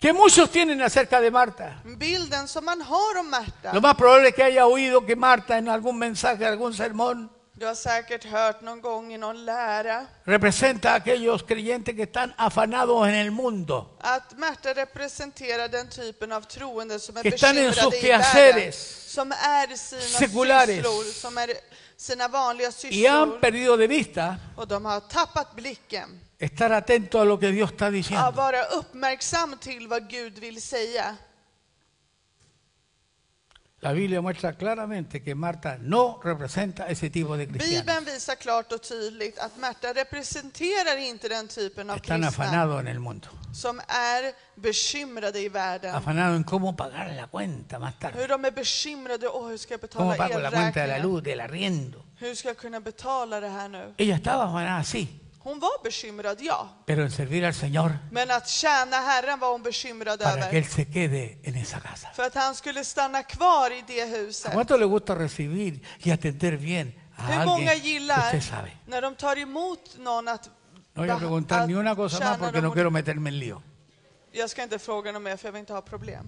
que muchos tienen acerca de Marta. bilden som man har om Lo Marta. más probable es que haya oído que Marta en algún mensaje, algún sermón, Du har säkert hört någon gång i någon lära representa a aquellos creyentes que están afanados en el mundo, att Märta representerar den typen av troende som är Que están en sus bekymrade i världen, quehaceres som är sina seculares. sysslor, som är sina y vanliga han sysslor. perdido de vista Och de har tappat blicken. estar atento a lo que Dios está Att diciendo. vara uppmärksam till vad Gud vill säga. La Biblia muestra claramente que Marta no representa ese tipo de cristianos. Bibeln visar klart och tydligt att Märta representerar inte den typen av Están kristna afanados en el mundo, som är bekymrade i världen. afanados en cómo pagar la cuenta más tarde, Hur de är bekymrade och hur ska jag cómo betala pago la cuenta de la elräkningen? luz, del arriendo. Hur ska jag kunna betala det här nu? Ella estaba afanada así, Hon var bekymrad, ja. pero en servir al Señor Men att tjäna Herren var hon bekymrad para que Él över. se quede en esa casa. För att han skulle stanna kvar i det huset. ¿A cuánto le gusta recibir y atender bien a Hur många alguien que usted gillar sabe? när de tar emot någon att... No voy a bah- preguntar att ni una cosa tjäna más porque dem Ah, no och- quiero meterme en lío. Jag ska inte fråga något mer för jag vill inte ha problem.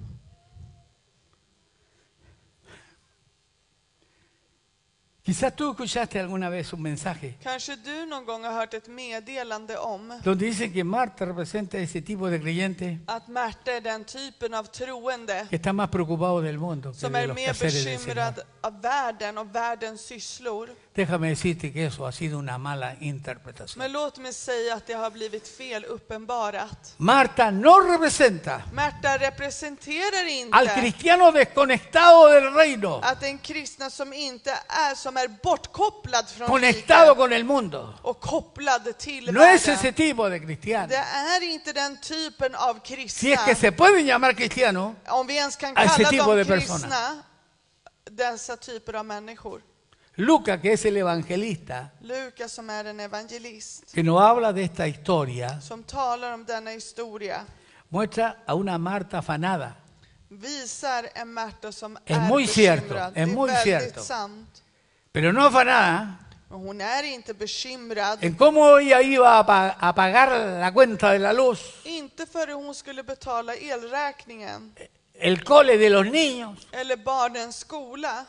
Quizás tú escuchaste alguna vez un mensaje Kanske du någon gång har hört ett meddelande om donde dicen que Marta representa ese tipo de creyente att Märta är den typen av troende que está más preocupado del mundo que som de är los mer quehaceres del bekymrad Señor. av världen och världens sysslor. Déjame decirte que eso ha sido una mala interpretación. Men låt mig säga att det har blivit fel uppenbarat. Marta no representa Märta representerar al inte cristiano desconectado del reino, att en kristna som inte är, som är bortkopplad från conectado riket con el mundo. och kopplad till No es ese världen. tipo de cristiano. Det är inte den typen av Si es que kristna, se pueden llamar cristiano, om vi ens kan a ese kalla tipo de dem persona. kristna, dessa typer av människor. Lucas, que es el evangelista, Lukas som är en evangelist, que nos habla de esta historia, som talar om denna historia, muestra a una Marta afanada. visar en Märta som Es är muy cierto, bekymrad. es Det muy är cierto. väldigt sant. Pero no afanada Men hon är inte bekymrad. en cómo ella iba a, pa- a pagar la cuenta de la luz, Inte förrän hon skulle betala elräkningen el cole de los niños, eller barnens skola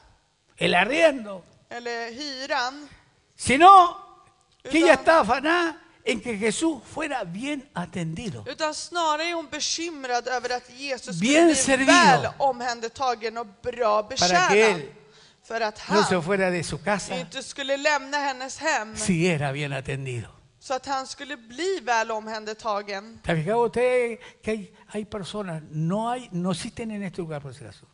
el arriendo, eller hyran. sino que ella estaba afanada en que Jesús fuera bien atendido. Utan snarare är hon bekymrad över att Jesus Bien skulle bli servido. väl omhändertagen och bra que betjänad. él För att No se han fuera de su casa inte skulle lämna hennes hem. si era bien atendido. Så att han skulle bli väl omhändertagen. ¿Está fijado usted que hay, hay personas, no hay, no existen en este lugar por si acaso?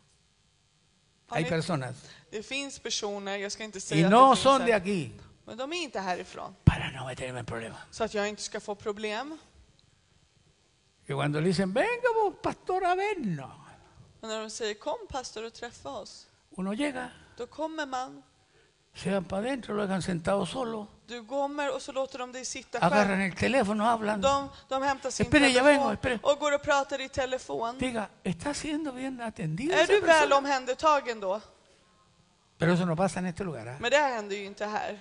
Hay ni- personas Det finns personer, jag ska inte y säga no att det son finns de här, aquí men de är inte härifrån. para no meterme en problemas. Så att jag inte ska få problem. Que cuando le dicen, venga vos, pastor, a vernos, Men när de säger kom pastor och träffa oss, uno llega, då kommer man. se van para adentro, lo dejan sentado solo, Du kommer och så låter de dig sitta själv. agarran el teléfono, hablan. De, de hämtar sin Espera, jag vengo, telefon espera. och går och pratar i telefon. Diga, está siendo bien atendido. Är esa du väl persona?" omhändertagen då? Pero eso no pasa en este lugar. ¿ah? Men det här händer ju inte här.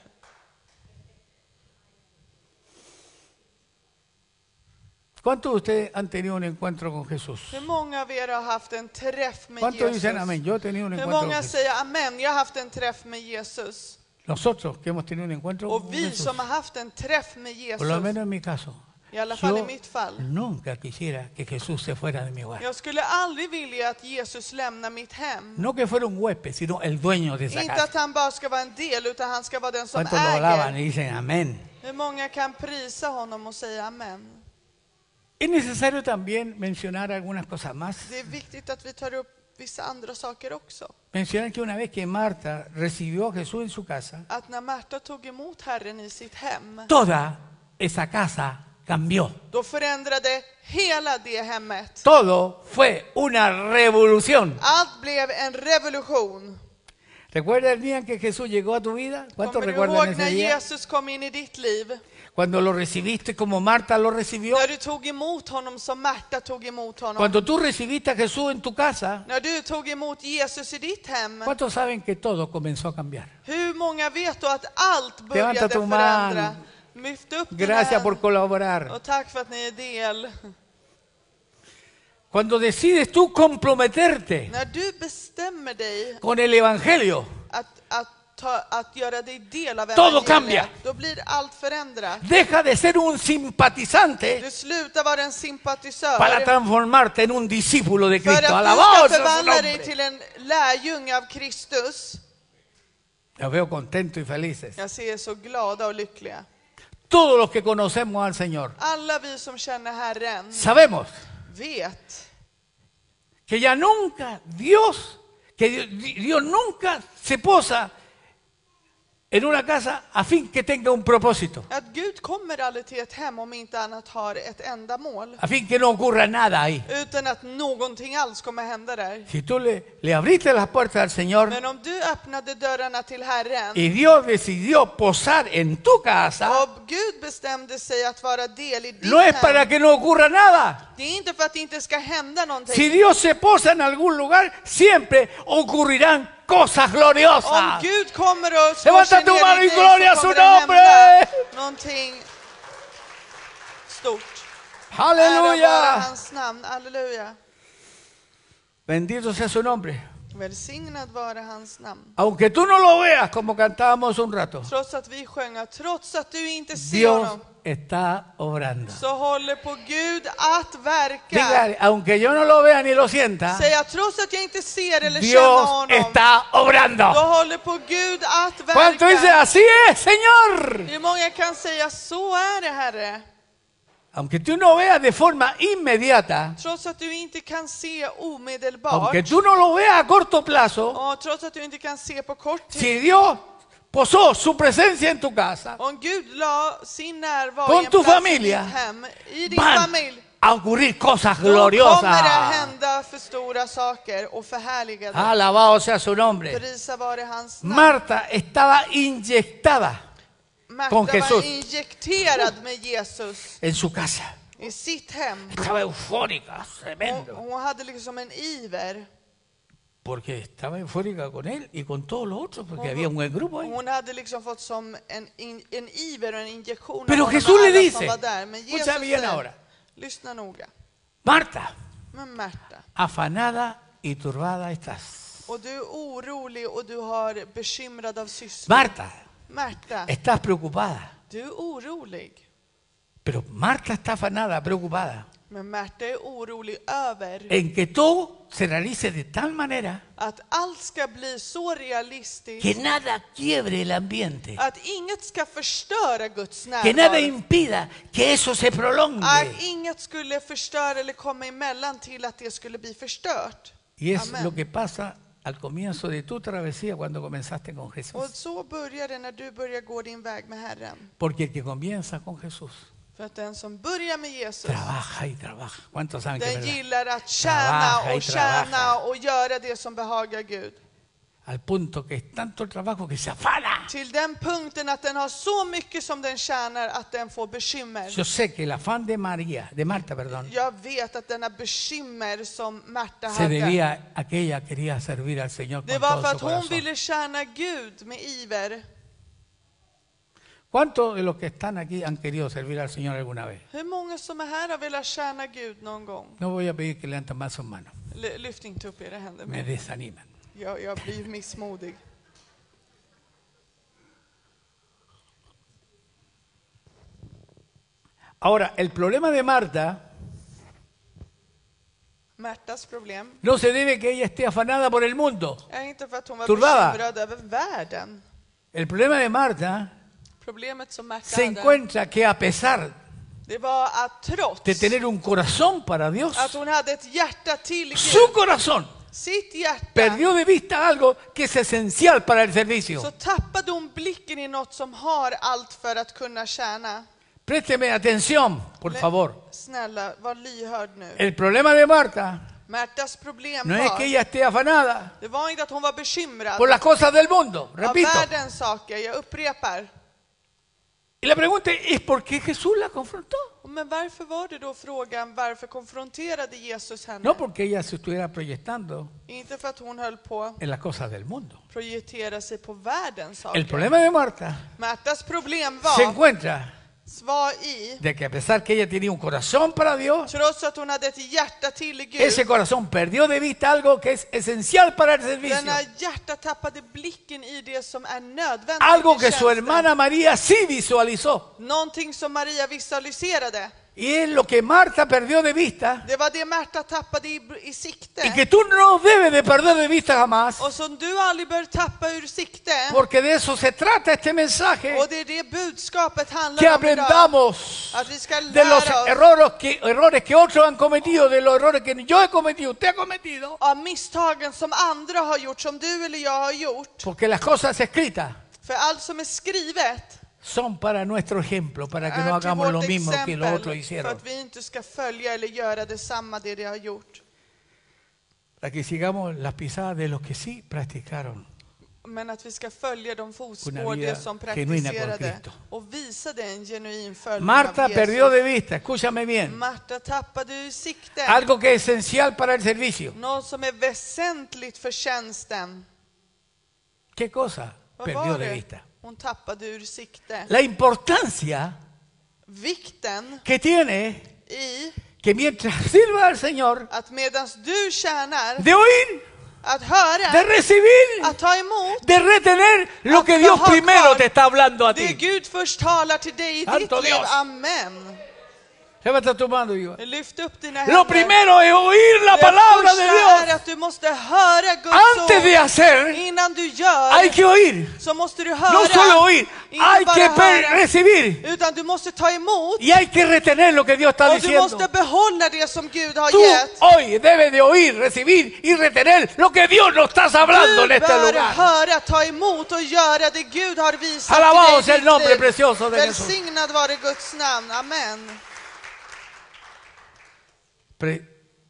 ¿Cuántos de ustedes han tenido un encuentro con Jesús? Hur många av er har haft en träff med ¿Cuántos Jesus? dicen amén? Yo he tenido un Hur encuentro con många Jesús. säger amen? Jag har haft en träff med Jesus. Nosotros que hemos tenido un encuentro con Och vi Jesús, som har haft en träff med por lo Jesus, menos en mi caso, I alla fall i Yo mitt fall. nunca quisiera que Jesús se fuera de mi hogar. Jag skulle aldrig vilja att Jesus lämnar mitt hem. No que fuera un huésped, sino el dueño de esa Inte casa. att han bara ska vara en del, utan han ska vara den som ¿Cuántos lo alaban äger. y dicen amén? Hur många kan prisa honom och säga amen? Es necesario también mencionar algunas cosas más. Det är viktigt att vi tar upp vissa andra saker också. Mencionar que una vez que Marta recibió a Jesús en su casa, Att när Märta tog emot Herren i sitt hem, toda esa casa cambió. då förändrade hela det hemmet. Todo fue una revolución. Allt blev en revolution. ¿Recuerda el día en que Jesús llegó a tu vida? ¿Cuántos Kommer du recuerdan ihåg ese när día? Jesus kom in i ditt liv? Cuando lo recibiste como Marta lo recibió. När du tog emot honom som Märta tog emot honom? Cuando tú recibiste a Jesús en tu casa, När du tog emot Jesus i ditt hem? ¿cuántos saben que todo comenzó a cambiar? Hur många vet då att allt Levanta började tu man. förändra? Lyft upp dina Gracias por händer colaborar. och tack för att ni är del. Cuando decides tú comprometerte När du bestämmer dig con el Evangelio, att, att, ta, att göra dig del av Todo cambia. då blir allt förändrat. deja de ser un simpatizante Du slutar vara en sympatisör para transformarte en un discípulo de för Cristo. att du Alabado ska sea su förvandla dig nombre. till en lärjunge av Kristus. Los veo contentos y felices. Jag ser er så glada och lyckliga. Todos los que conocemos al Señor Alla vi som känner Herren sabemos vet que ya nunca Dios, que Dios, Dios nunca se posa en una casa a fin que tenga un propósito, att Gud kommer aldrig till ett hem om inte annat har ett enda mål. a fin que no ocurra nada ahí. Utan att någonting alls kommer hända där. Si tú le, le abriste las puertas al Señor Men om du öppnade dörrarna till Herren y Dios decidió posar en tu casa, och Gud bestämde sig att vara del i ditt no es hem. para que no ocurra nada. Det är inte för att det inte ska hända Si någonting. Dios se posa en algún lugar, siempre ocurrirán cosas Om gloriosas. Gud kommer och slår Levanta sig tu mano ner y i gloria a dig su så kommer det hända nombre. någonting stort. Ära vare Aleluya. hans namn. Halleluja. Bendito sea su nombre. Välsignad vare hans namn. Aunque tú no lo veas como cantábamos un rato, Trots att vi sjöng att trots att du inte ser Dios honom está obrando. så håller på Gud att verka. Diga, aunque yo no lo vea ni lo sienta, Säg att trots att jag inte ser eller känner Dios honom está då obrando. håller på Gud att ¿Cuánto dice? verka. Así es, Señor. Hur många kan säga så är det Herre? Aunque tú no veas de forma inmediata, Trots att du inte kan se omedelbart aunque tú no lo veas a corto plazo, och trots att du inte kan se på kort tid. si Dios posó su presencia en tu casa, Om Gud la sin närvaro Con i en tu plats i familia. ditt hem, i din van familj a ocurrir cosas Då kommer det gloriosas. hända för stora saker och förhärligade. Alabado sea su nombre. Prisa vare hans namn. Marta estaba inyectada Märta con var Jesús. injekterad med Jesus en su casa. i sitt hem. Estaba eufórica, Hon, tremendo. hon hade liksom en iver. Porque estaba eufórica con él y con todos los otros, porque había un buen grupo ahí. Hon hade liksom fått som en, in, en iver och en injektion Pero av honom Jesús och le alla dice, som var där. Men Jesus escucha bien säger, ahora. lyssna noga. Marta, Men Märta, afanada y turbada estás. och du är orolig och du har bekymrad av sysslor. Marta, Märta, estás preocupada. du är orolig. Pero Marta está afanada, preocupada, Men Märta är orolig över en que todo se realice de tal manera Att allt ska bli så realistiskt que nada quiebre el ambiente, att inget ska förstöra Guds que nada närvaro. impida que eso se Att prolongue. inget skulle förstöra eller komma emellan till att det skulle bli förstört. Y es Amén. lo que pasa al comienzo de tu travesía cuando comenzaste con Och Jesús. så börjar det när du börjar gå din väg med Herren. Porque el que comienza con Jesús För att den som börjar med Jesus, trabaja y trabaja. ¿Cuántos saben que es den verdad? gillar att Trabaja tjäna y och tjäna trabaja. och göra det som behagar Gud. Al punto que es tanto el trabajo que se afana. Till den punkten att den har så mycket som den tjänar att den får bekymmer. Yo sé que el afán de María, de Marta, perdón, Jag vet att denna bekymmer som Märta se hade, debía a que ella quería servir al Señor Det con var för todo att su hon corazón. ville tjäna Gud med iver. ¿Cuántos de los que están aquí han querido servir al Señor alguna vez? Hur många som är här har velat tjäna Gud någon gång? No voy a pedir que levanten más sus manos. L- lyft inte upp era händer. Me desaniman. Jag, jag blir missmodig. Ahora, el problema de Marta Märtas problem no se debe que ella esté afanada por el mundo. är inte för att hon var Turbava. bekymrad över världen. El problema de Marta Problemet som Märta se hade, encuentra que a pesar det var att trots de tener un corazón para Dios, att hon hade ett hjärta till Gud, su corazón sitt hjärta, perdió de vista algo que es esencial para el servicio. så tappade hon blicken i något som har allt för att kunna tjäna. Présteme atención, por favor. Snälla, var lyhörd nu. El problema de Marta Märtas problem no es que var, ella esté afanada det var inte att hon var bekymrad por las cosas del mundo, av repito. världens saker, jag upprepar. Y la pregunta es por qué Jesús la confrontó. Men varför var det då frågan, varför konfronterade Jesus henne? No porque ella se estuviera proyectando Inte för att hon höll på att en las cosas del mundo. projicera sig på världens saker. El problema de Marta Märtas problem se var, encuentra var i, de que a pesar que ella tenía un corazón para Dios, trots att hon hade ett hjärta till Gud, ese corazón perdió de vista algo que es esencial para el servicio. denna hjärta tappade blicken i det som är nödvändigt Algo i que su tjänsten. hermana María sí visualizó. Någonting som Maria visualiserade. Y es lo que Marta perdió de vista Det var det Märta tappade i, i sikte. y que tú no debes de perder de vista jamás, Och som du aldrig bör tappa ur sikte. porque de eso se trata este mensaje, Och det är det budskapet que handlar om idag. aprendamos Att vi ska de los lära oss errores que, errores que otros han cometido, de los errores que yo he cometido, usted ha cometido, av misstagen som andra har gjort, som du eller jag har gjort. porque las cosas escritas För allt som är skrivet son para nuestro ejemplo, para que no är till hagamos lo vårt mismo que los otros exempel. För hicieron, att vi inte ska följa eller göra detsamma det de har gjort. para que sigamos las pisadas de los que sí practicaron. Men att vi ska följa de Una fotspår vida det som genuina con praktiserade Cristo. och visa det en genuin följning Marta av Jesus. perdió de vista, escúchame bien, Marta tappade ur sikte. algo que es esencial para el servicio. Något som är väsentligt för tjänsten. ¿Qué cosa Vad perdió var de det? vista? Hon tappade ur sikte. La importancia Vikten que tiene i que mientras sirva al Señor, att medan du tjänar, de oír, att de höra, recibir, att ta emot de retener lo que Dios Ojalá, primero claro. te está hablando a det ti. Gud först talar till dig i ditt Santo liv. Dios. Amen. Levanta tu mano, Iván. Lyft upp dina Lo händer. primero es oír la Det palabra de första är Dios. att du måste höra Antes Guds de ord. hacer, Innan du hay gör que oír. så måste du No solo höra. oír, Inte hay bara que per- höra, recibir utan du måste ta emot y hay que retener lo que Dios está och du diciendo. måste behålla det som Gud har Tú gett. hoy debes de oír, recibir y retener lo que Dios nos estás hablando Du en este bör lugar. höra, ta emot och göra det Gud har visat Alabado sea till el nombre dig i ditt precioso liv. de Jesús. Välsignad vare Guds namn. Amen. Pero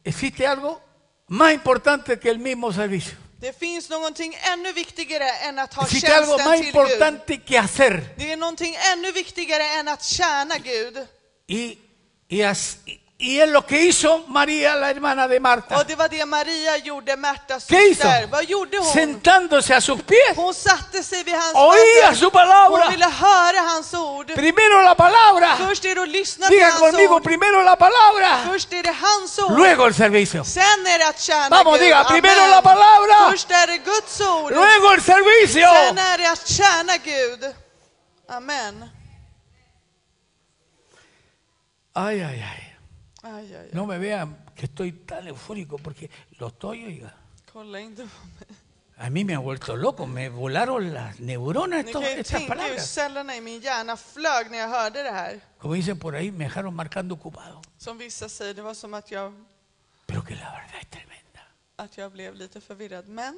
existe algo más importante que el mismo servicio. Det finns någonting ännu viktigare än att ha Existe algo tjänsten más till Gud. importante que hacer. Det är någonting ännu viktigare än att tjäna Gud. Y, y, as- y es lo que hizo María, la hermana de Marta, Och det var det Maria gjorde, Märtas ¿Qué hizo? syster. Vad gjorde hon? sentándose a sus pies, Hon satte sig vid hans oía fötter. su Hon palabra. ville höra hans ord. Primero la palabra. Först är det att lyssna till Diga hans conmigo, ord. primero la palabra, Först är det hans ord. luego el servicio. Sen är det att tjäna Vamos, Gud. diga, Amen. primero la palabra. Först är det Guds ord. Luego el servicio. Sen är det att tjäna Gud. Amen. Ay, ay, ay. Aj, aj, aj. No me vean que estoy tan eufórico porque lo estoy, oiga. Kolla inte på mig. A mí me han vuelto loco, me volaron las neuronas Ni estos- kan ju estas tänka hur palabras. cellerna i min hjärna flög när jag hörde det här. Como dicen por ahí, me dejaron marcando ocupado. Som vissa säger, det var som att jag, Pero que la verdad es tremenda. att jag blev lite förvirrad. Men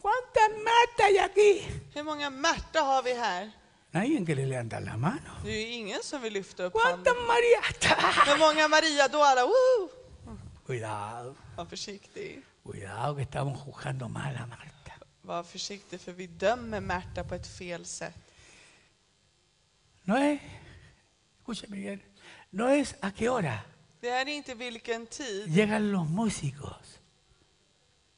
¿Cuántas matas hay aquí? hur många Märta har vi här? Nadie que le levanta la mano. Det är ju ingen som vill lyfta upp ¿Cuántas handen. María? Hur många Maria då? Alla, woo! Cuidado, Var försiktig. cuidado que estamos juzgando mal a Marta. Var försiktig för vi dömer Märta på ett fel sätt. No es, escúchame bien, no es a qué hora Det är inte vilken tid llegan los músicos.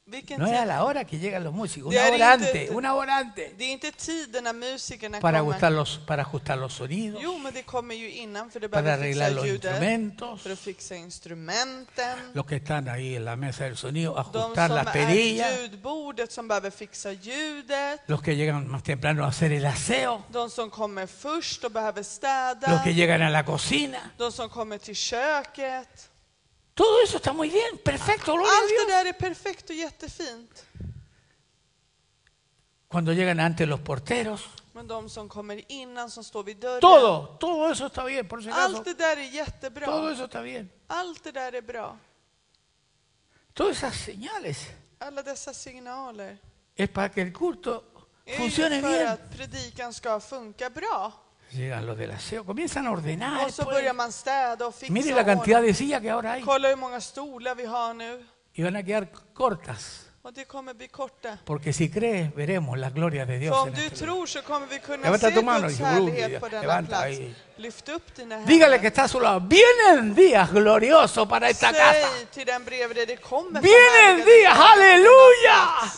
Vilken No es a tid? la hora que llegan los músicos, De una hora ahí te- antes, una hora antes. Det är inte tiden när musikerna Para kommer. ajustar los, para ajustar los sonidos, Jo, men det kommer ju innan för det para behöver arreglar fixa los ljudet. instrumentos, För att fixa instrumenten. los que están ahí en la mesa del sonido, De ajustar som las är perillas, ljudbordet som behöver fixa ljudet. los que llegan más temprano a hacer el aseo, De som kommer först och behöver los städa. que llegan a la cocina. De som kommer till köket. Todo eso está muy bien, perfecto, gloria a Allt det Dios. där är perfekt och jättefint. Cuando llegan antes los porteros, Men de som kommer innan, som står vid dörren. todo, todo eso está bien, por si acaso, Allt det där är todo jättebra. eso está bien. Allt det där är bra. Todas esas señales Alla dessa signaler. es para que el culto är ju funcione för bien. att predikan ska funka bra. Llegan los del aseo, comienzan a ordenar. Och så pues. börjar man städa och Mire fixa la och cantidad ordna. de sillas que ahora hay. Kolla hur många stolar vi har nu. Y van a quedar cortas. Och det kommer bli korta. Porque si crees, veremos la gloria de För Dios. om en du este tror så kommer vi kunna Levanta se tu mano, Guds dice, härlighet Gud, på denna levanta plats. ahí. Lyft upp dina lugar. Dígale que händer. está a su lado. Vienen días gloriosos para esta casa. Säg till den bredvid dig, det kommer Vienen förhärligade días, aleluya.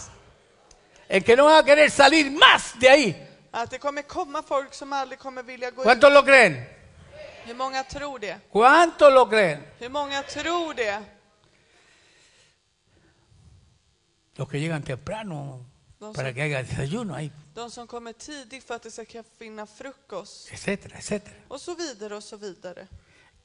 El que no va a querer salir más de ahí. Att det kommer komma folk som aldrig kommer vilja gå ut. ¿Cuántos lo creen? Hur många tror det? ¿Cuántos lo creen? Hur många tror det? Los que llegan temprano No para sé. que haga desayuno ahí, De som kommer tidigt för att det ska kunna finna frukost. etcétera, etcétera. Och så vidare och så vidare.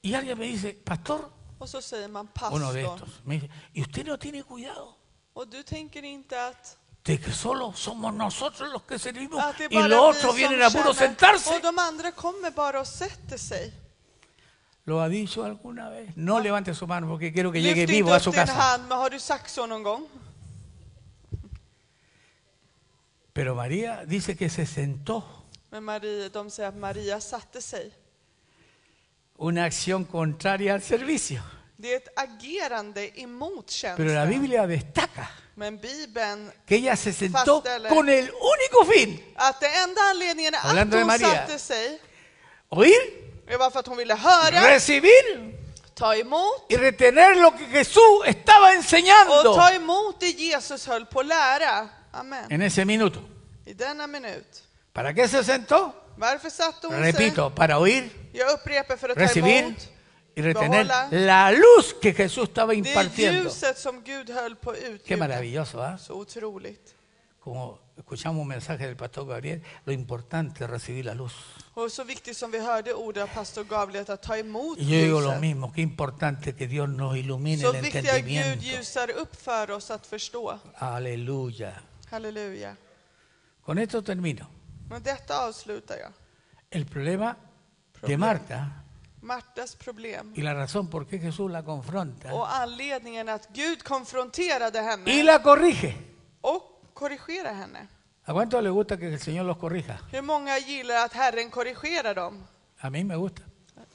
Y alguien me dice, pastor, Och så säger man uno de pastor. estos, me dice, ¿y usted no tiene cuidado? Och du tänker inte att, de que solo somos nosotros los que servimos att det är y bara los vi otros som vienen a puro känner. sentarse. Och de andra kommer bara och sätter sig. ¿Lo ha dicho alguna vez? No levante su mano porque quiero que llegue Lyft vivo a inte su upp din casa. hand, men har du sagt så någon gång? Pero María dice que se sentó. Men Maria, de säger att Maria satte sig. Una acción contraria al servicio. Det är ett agerande emot Pero la tjänsten. Biblia destaca Men Bibeln, que ella se sentó Fastele. con el único fin. att det enda anledningen att Hablando de hon Maria. satte sig, Oír, det var för att hon ville höra, recibir ta emot y retener lo que Jesús estaba och enseñando ta emot det Jesus höll på att lära. Amen. en ese minuto. I denna minut. ¿Para qué se sentó? Varför satte hon sig? Repito, para oír, Jag upprepar för att ta recibir emot y retener Behola. la luz que Jesús estaba det är impartiendo. ljuset som Gud höll på att Qué utgjuta. maravilloso, ¿ah? Så otroligt. Como escuchamos un mensaje del pastor Gabriel, lo importante es recibir la luz. Och så viktigt som vi hörde ordet av pastor Gabriel att ta emot Y yo digo lo ljuset. mismo, qué importante que Dios nos ilumine Så el viktigt att Gud entendimiento. ljusar upp för oss att förstå. Aleluya. Halleluja. Con esto termino. Men detta avslutar jag. El problema de Problema. Marta Martas problem y la razón por qué Jesús la confronta och anledningen att Gud konfronterade y henne la corrige. och korrigerade henne. ¿A cuánto le gusta que el Señor los corrija? Hur många gillar att Herren korrigerar dem? A mí me gusta,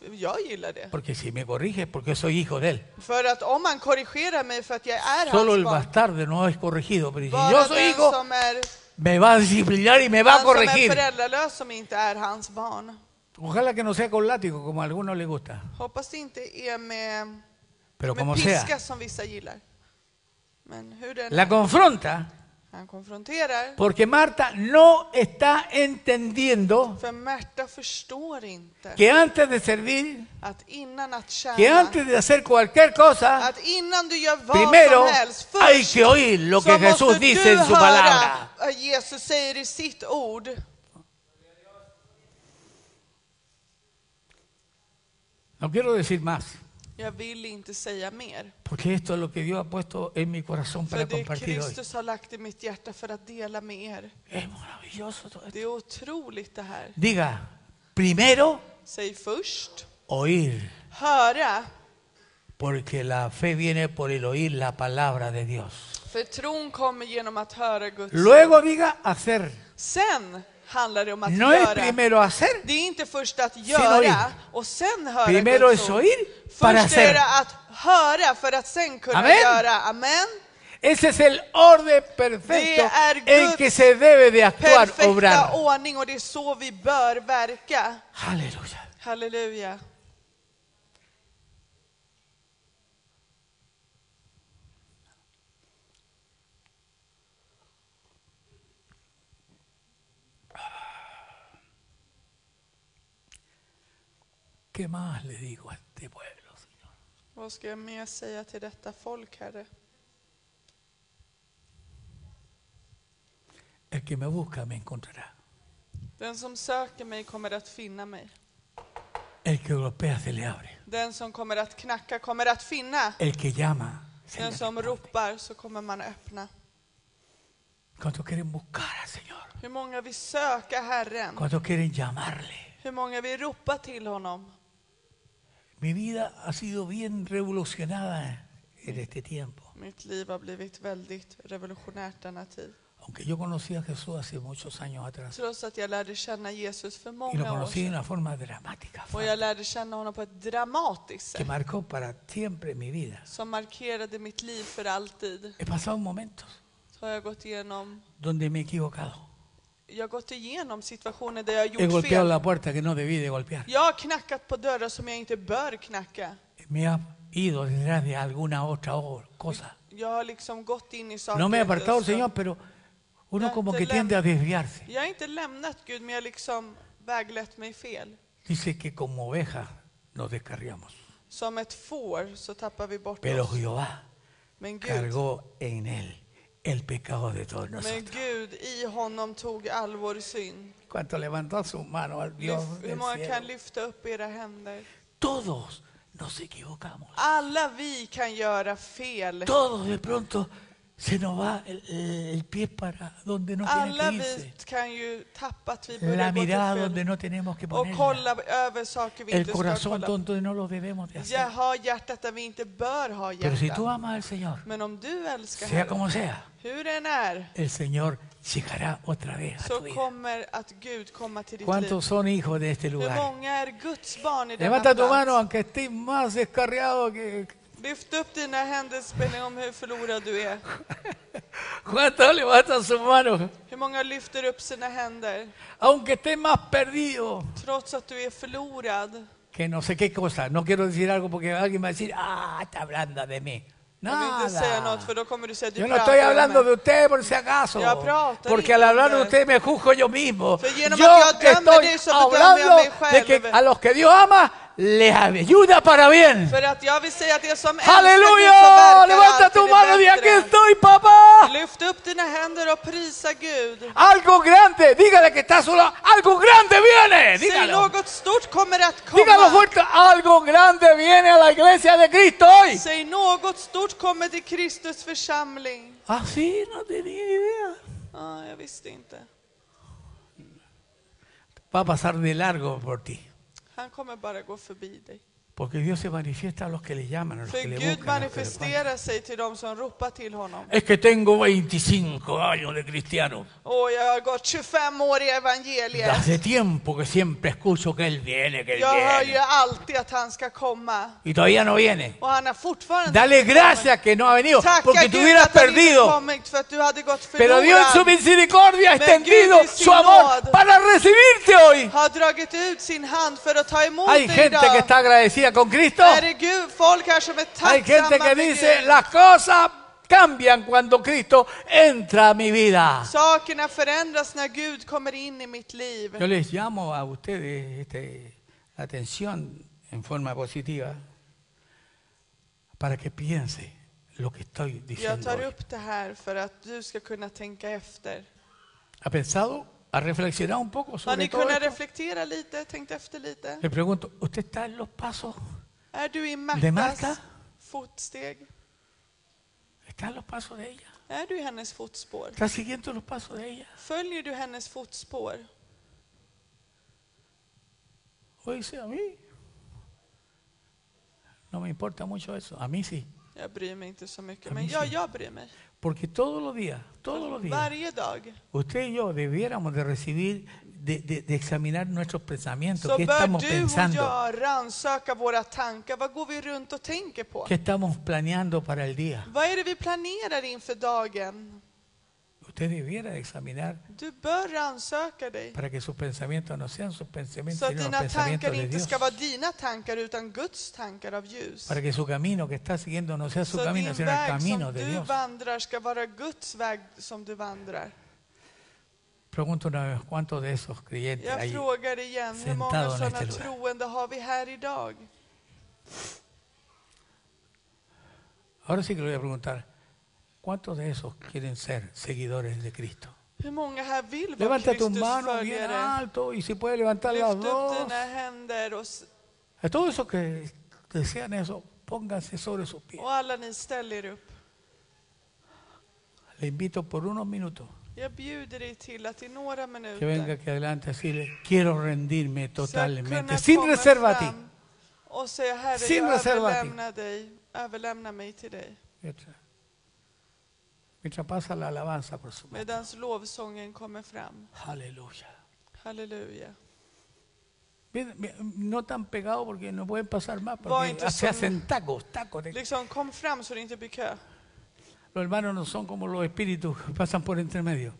Jag gillar det. porque si me corrige es porque soy hijo de Él. För att om han korrigerar mig för att jag är Solo el hans barn, bastardo no es corregido, pero si yo bara soy den hijo, som är, me va a disciplinar y me va a han som är corregir. föräldralös som inte är hans barn. Ojalá que no sea con látigo, como a algunos les gusta, Hoppas det inte är med, pero como med sea. piska som vissa gillar. Men hur den La confronta han konfronterar. porque Marta no está entendiendo För Märta förstår inte que antes de servir, att innan att que tjäna, antes de hacer cualquier cosa, att innan du gör vad primero som helst, hay först que oír lo så que Jesús måste dice du en su höra palabra. vad Jesus säger i sitt ord. No quiero decir más, Jag vill inte säga mer. porque esto es lo que Dios ha puesto en mi corazón För para det compartir hoy. Kristus har lagt i mitt hjärta för att dela med er. Es maravilloso todo esto. Det är otroligt det här. Diga, primero Säg först, oír. höra. Porque la fe viene por el oír la palabra de Dios. För tron kommer genom att höra Guds Luego diga hacer. Sen handlar det om att No es göra. primero hacer, Det är inte först att oír. göra och sen höra primero Guds es ord. oír para Först är hacer. det att höra för att sen kunna Amen. göra. Amen. Ese es el orden perfecto De er en Guds que se debe de actuar, Perfekta obrar. ordning och det är så vi bör verka. Aleluya. Halleluja. ¿Qué más le digo a este pueblo, Señor? Vad ska jag mer säga till detta folk, Herre? El que me busca me encontrará. Den som söker mig kommer att finna mig. El que golpea se le abre. Den som kommer att knacka kommer att finna. El que llama se Den le som responde. ropar så kommer man öppna. ¿Cuántos quieren buscar al Señor? Hur många vill söka Herren? ¿Cuántos quieren llamarle? Hur många vill ropa till honom? Mi vida ha sido bien revolucionada en este tiempo. Mitt liv har blivit väldigt revolutionärt denna tid. Aunque yo conocí a Jesús hace muchos años atrás Trots att jag lärde känna Jesus för y lo många år conocí de sedan una forma dramática och jag lärde känna honom på ett dramatiskt que sätt marcó para siempre mi vida. som markerade mitt liv för alltid. He pasado momentos Så har jag gått igenom, donde me he equivocado. jag har gått igenom situationer där jag har He gjort golpeado fel. la puerta que no debí de golpear. Jag har knackat på dörrar som jag inte bör knacka. Me ha ido detrás de alguna otra o- cosa. Jag har liksom gått in i saker. No me he och apartado del ting. Señor, pero uno como que tiende a desviarse. Jag har inte lämnat Gud, men jag har liksom väglett mig fel. Dice que como ovejas nos descarriamos. Som ett får så tappar vi bort Pero oss. Jehová Men Gud, cargó en él el pecado de todos men nosotros. Gud i honom tog all vår synd. Cuanto levantó su mano al Dios Lyft- Hur del många kan cielo. lyfta upp era händer? Todos nos equivocamos. Alla vi kan göra fel. Todos de pronto se nos va el, el pie para donde no Alla tiene que vi irse. kan ju tappa att vi La börjar gå mirada till donde fel. no tenemos que Och ponerla. kolla över saker vi El inte ska corazón kolla. donde no lo debemos de Jag hacer. har hjärtat där vi inte bör ha Pero si tú hjärtat. amas al Señor, Men om du älskar sea Herren, como sea, hur den är, el Señor llegará otra vez a tu så vida. kommer att Gud komma till ditt liv. ¿Cuántos son hijos de este Hur lugar? många är Guds barn i denna Levanta tu mano plats? aunque estés más descarriado que... Lyft upp dina händer, spänning om hur förlorad du är. ¿Cuántos levantan su mano? Hur många lyfter upp sina händer, Aunque estés más perdido trots att du är förlorad? que no sé qué cosa. No quiero decir algo porque alguien va a decir, ah, está hablando de mí. Jag vill inte säga något, för Nada. då kommer du säga att du Yo no pratar estoy hablando om de mig. usted por si acaso. Yo pratar Porque inte al om hablar de det. usted me juzgo yo mismo. För genom Yo att jag dömer estoy dig så bedömer jag hablando mig de que själv. a los que Dios ama les ayuda para bien. För att jag vill säga att det som eh, älskar Gud så Aleluya. verkar Levanta alltid tu det mano y aquí bättre. estoy, papá. Lyft upp dina händer och prisa Gud. Algo grande, dígale que está solo. Algo grande viene, Säg dígalo. något stort kommer att Dígalo komma. fuerte. Algo grande viene a la iglesia de Cristo hoy. Säg något stort kommer till Kristus församling. Así no tenía idea. Ja, jag visste inte. Va a pasar de largo por ti. Han kommer bara gå förbi dig. Porque Dios se manifiesta a los que le llaman, a los För que le Gud buscan. a los que le ponen. manifesterar sig till dem som ropar till honom. Es que tengo 25 años de cristiano. Åh, jag har gått 25 år i evangeliet. Hace tiempo que siempre escucho que Él viene, que Él Jag hör ju viene. alltid att han ska komma. Y todavía no viene. Och han har fortfarande Dale gracias que no ha venido, Tacka porque te Gud hubieras att han inte perdido. kommit för att du hade gått Pero Dios en su förlorad. misericordia ha Pero Dios extendido en su su amor lord. para recibirte hoy. Har dragit ut sin hand för att ta emot Hay dig gente que idag. está agradecida con Cristo. Herre Gud, folk här som är Hay gente tacksamma que med dice, Gud. las cosas cambian cuando Cristo entra a mi vida. Sakerna förändras när Gud kommer in i mitt liv. Yo les llamo a ustedes este, la atención en forma positiva para que piense lo que estoy Jag diciendo. tar hoy. upp det här för att du ska kunna tänka efter. ¿Ha pensado? ¿Ha reflexionado un poco Har sobre ni todo kunnat esto? reflektera lite, tänkt efter lite? Le pregunto, ¿usted está en los pasos? Är du i De Marta? Märtas fotsteg? ¿Está en los pasos de ella? Är du i hennes fotspår? ¿Está siguiendo los pasos de ella? Följer du hennes fotspår? O dice, a mí no me importa mucho eso. A mí sí. Jag bryr mig inte så mycket, men ja, jag bryr mig. Porque todos los días, todos los días, Varje dag Usted y yo debiéramos de recibir, de, de- de examinar nuestros pensamientos. så ¿Qué bör estamos du och pensando? jag rannsaka våra tankar. Vad går vi runt och tänker på? ¿Qué estamos planeando para el día? Vad är det vi planerar inför dagen? Usted debiera de examinar Du bör rannsaka dig para que sus pensamientos no sean sus så pensamientos, att sino los dina pensamientos tankar de inte Dios. ska vara dina tankar utan Guds tankar av ljus. Para que su camino que está siguiendo no sea su Så att camino, din sino el väg camino som de du Dios. vandrar ska vara Guds väg som du vandrar. Pregunto una vez, ¿cuántos de esos creyentes Jag hay? frågar igen, hur sentado en många sådana este lugar. troende har vi här idag? Ahora sí que le voy a preguntar, ¿cuántos de esos quieren ser seguidores de Cristo? Hur många här vill vara Levanta tus manos bien Kristusföljare? alto y si puede levantar Lyft las upp dos. dina händer och, s- A todos esos que desean eso, pónganse sobre sus pies. och alla ni ställ er upp. Le invito por unos minutos Jag bjuder dig till att i några que venga minuter aquí adelante a decirle, quiero rendirme totalmente, kunna sin komma reserva a ti. fram och säga Herre, Sin jag reserva a ti." överlämnar dig, överlämna mig till dig. Mientras, mientras pasa la alabanza, por supuesto. Medan lovsången kommer fram. Aleluya. Halleluja. Bien, bien, No tan pegado porque no pueden pasar más, Voy, porque entonces, se hacen tacos, tacos. de- Liksom, kom fram så det inte blir kö. Los hermanos no son como los espíritus, pasan por entre medio.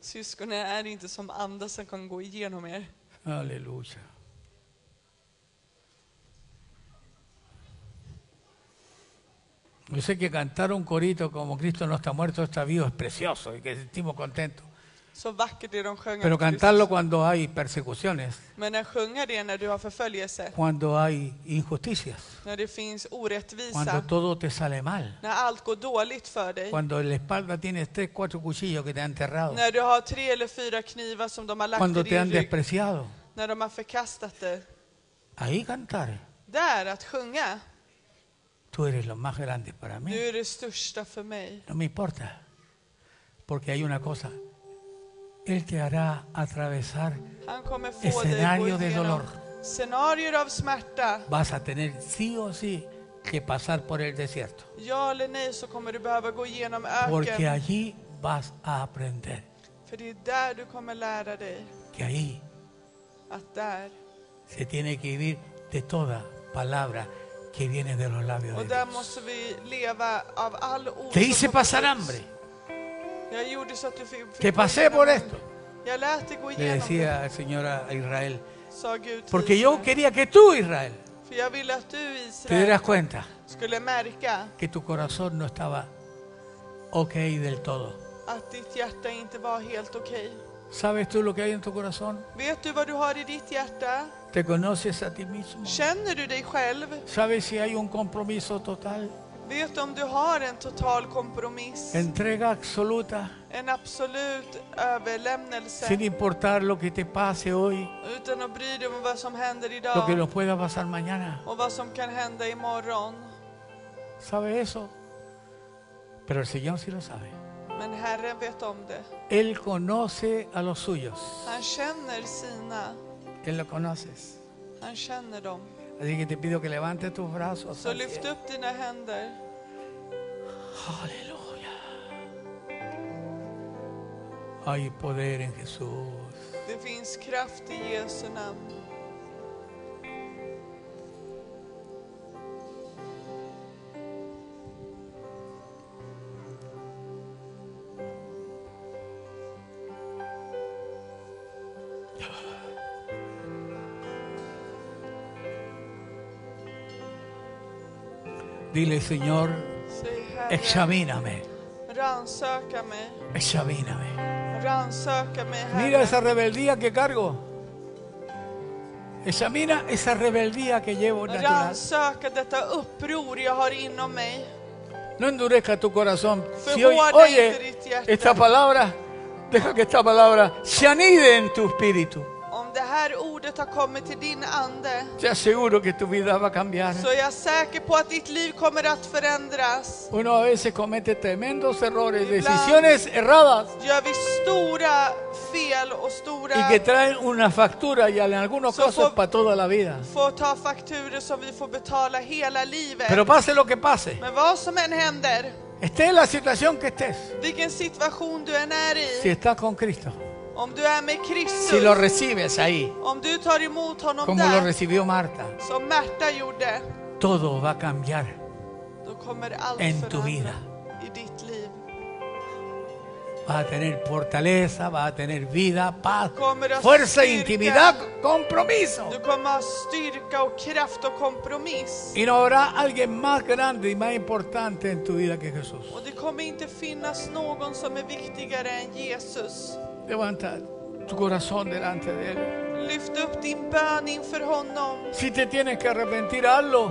Syskonen är inte som andar som kan gå igenom er. Aleluya. Yo sé que cantar un corito como Cristo no está muerto, está vivo, es precioso y que sentimos contentos. Så vackert det de sjöng. Pero att Kristus- cantarlo cuando hay persecuciones, Men att sjunga det när du har förföljelse, cuando hay injusticias, när det finns cuando orättvisa, todo te sale mal, när allt går dåligt för dig, cuando en la espalda tienes tres, cuatro cuchillos que te han enterrado, när du har tre eller fyra knivar som de har lagt i cuando te din han rygg, despreciado. när de har förkastat dig. Ahí cantar, Där, att sjunga, tú eres lo más grande para mí. du är det största för mig. No me importa, porque hay una cosa. Él te hará atravesar, Han kommer få dig att gå Escenario de igenom dolor. scenarier av smärta. vas a tener sí o sí que pasar por el desierto, Ja eller nej så kommer du behöva gå igenom porque öken, allí vas a aprender för det är där du kommer lära dig que ahí att där, se tiene que vivir de toda palabra que viene de los labios och de där Dios. måste vi leva av all ord Te som hice kommer pasar ut. hambre, Jag gjorde så att du fick, fick te gå pasé igenom por det. esto, Jag lät dig gå le igenom det, decía el Señor a Israel, sa Gud till porque yo Israel. quería que tú, Israel, För jag ville att du te Israel dieras cuenta skulle märka que tu corazón no estaba ok del todo. att ditt hjärta inte var helt okej. ¿Sabes tú lo que hay en tu corazón? Vet du vad du har i ditt hjärta? ¿Te conoces a ti mismo? Känner du dig själv? ¿Sabes si hay un compromiso total? Vet du om du har en total kompromiss? Entrega absoluta, En absolut överlämnelse? sin importar lo que te pase hoy, Utan att bry dig om vad som lo händer que idag nos pueda pasar mañana. och vad som kan hända imorgon. ¿Sabe eso? Pero el Señor sí lo sabe. Men Herren vet om det. Él conoce a los suyos. Han känner sina. Él lo conoces. Han känner dem. Así que te pido que levantes tus brazos. Så al lyft cielo. upp dina händer. Aleluya. Hay poder en Jesús. Det finns kraft i Jesu namn. Dile, Señor, Säg Herre, examíname, rannsaka mig. examíname. Rannsaka mig Mira Herre. esa rebeldía que cargo. Examina esa rebeldía que llevo natural. Rannsaka detta uppror jag har inom mig. No endurezca tu corazón. Si hoy oye esta palabra, deja que esta palabra se anide en tu espíritu. Om det här ordet har kommit till din ande Te aseguro que tu vida va a cambiar. så är jag säker på att ditt liv kommer att förändras. Uno a veces comete tremendos errores, decisiones erradas Gör vi stora fel och stora y que traen una factura y en algunos casos para toda la vida. får ta fakturer som vi får betala hela livet. Pero pase lo que pase, Men vad som än händer, esté en la situación que estés, vilken situation du än är i, si estás con Cristo, om du är med Kristus, si lo recibes ahí. om du tar emot honom como lo där, recibió Marta, som Märta gjorde, todo va a cambiar. då kommer allt En tu förändras vida. i ditt liv. Vas a tener fortaleza, vas a tener vida, paz, Kommer att fuerza, styrka. intimidad, compromiso. Du kommer ha styrka och kraft och kompromiss. Y no habrá alguien más grande y más importante en tu vida que Jesús. Och det kommer inte finnas någon som är viktigare än Jesus. Levanta tu corazón delante de Él. Lyft upp din bön inför honom. Si te tienes que arrepentir, hazlo.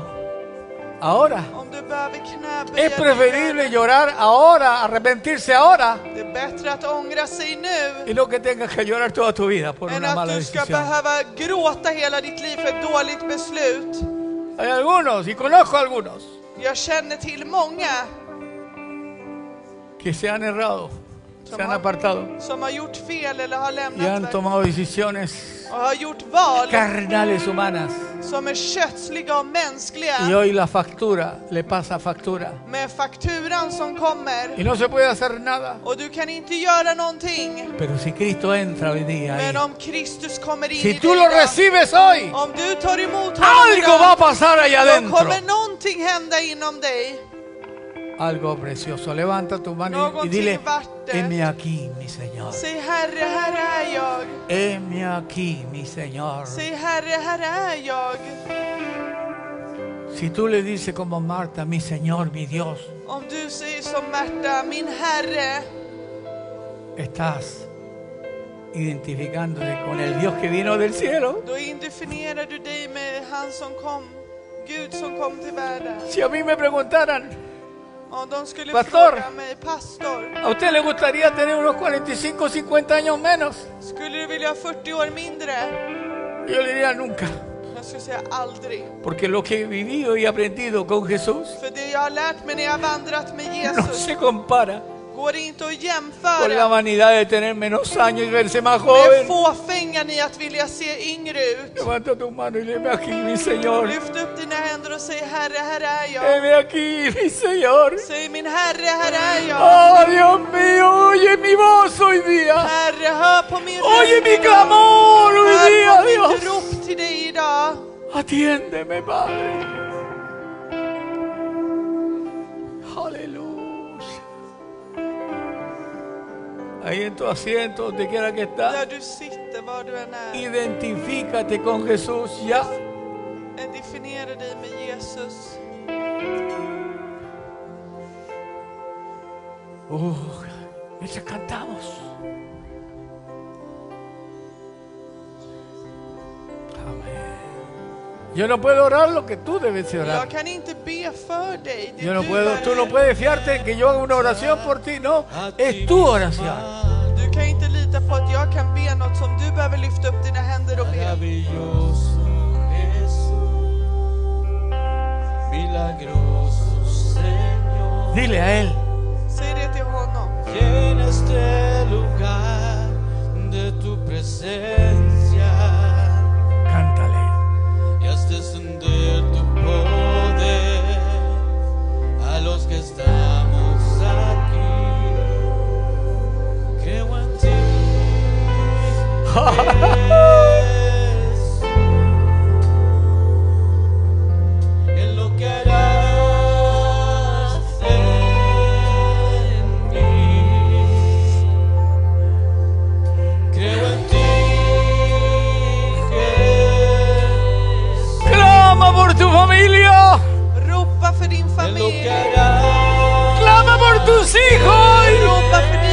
Ahora. Om du behöver knäböja Es dig preferible där. llorar ahora, arrepentirse ahora, Det är bättre att ångra sig nu y no que tengas que llorar toda tu vida por än una att mala du ska decisión. behöva gråta hela ditt liv för ett dåligt beslut. Hay algunos, y conozco algunos, Jag känner till många que se han errado, se han apartado som har gjort fel eller har y han lämnat tomado decisiones och har gjort val carnales humanas. som är kötsliga och Y mänskliga hoy la factura le pasa factura. med fakturan som Y kommer. no se puede hacer nada. Och du kan inte göra någonting. Pero si Cristo entra hoy día ahí, Men om Kristus kommer in i si dig tú lo idag, recibes hoy, om du tar emot honom algo va a idag, pasar allá då adentro. kommer någonting hända inom dig. Algo precioso. Levanta tu mano y- y dile, heme aquí, mi Señor. Säg Herre, här är jag. Heme aquí, mi Señor. Säg Herre, här är jag. Si tú le dices como Marta, mi Señor, mi Dios, Om du säger som Märta, min Herre, estás identificándote con el Dios que vino del cielo. då identifierar du dig med han som kom, Gud som kom till världen. Si a mí me preguntaran, Om de skulle Pastor. fråga mig, pastor, ¿a usted le gustaría tener unos 45 50 años menos? skulle du vilja ha 40 år mindre? Yo le diría nunca, Jag skulle säga aldrig. porque lo que he vivido y aprendido con Jesús För det jag har lärt mig när jag har vandrat med no Jesus se compara går inte att con la jämföra vanidad de tener menos años y verse más med joven. fåfängan i att vilja se yngre ut. Levanta tu mano y dime aquí, mi Señor. Lyft upp dina händer och säg Herre, här är jag. Heme aquí, mi Señor. Säg min Herre, här är jag. Oh, Dios mío, oye mi voz hoy día. Herre, hör på min Oye röst mi idag. clamor hoy Hör día, på mitt Dios. rop till dig idag. Atiéndeme, Padre. Aleluya. Ahí en tu asiento, donde quiera que Där estás, du sitter, var du än är. identifícate con Jesús ya. Definiera dig med Jesus. Uh, mientras cantamos. Amén. Yo no puedo orar lo que tú debes orar. Jag kan inte be för dig. Det är Yo no du, puedo, Herre. tú no puedes fiarte en que yo haga una oración por ti, no, es tu oración. Du kan inte lita på att jag kan be något som du behöver lyfta upp dina händer och be. Maravilloso Jesús, milagroso Señor, Dile a Él, Säg det till honom. llena este lugar de tu presencia cántale. y haz descender tu poder a los que estamos aquí. Creo en ti. Jesús, en lo que harás en mí. Creo en ti, Jesús. Clama por tu familia, Ropa för din En lo que familj. harás clama por tus hijos, Ropa för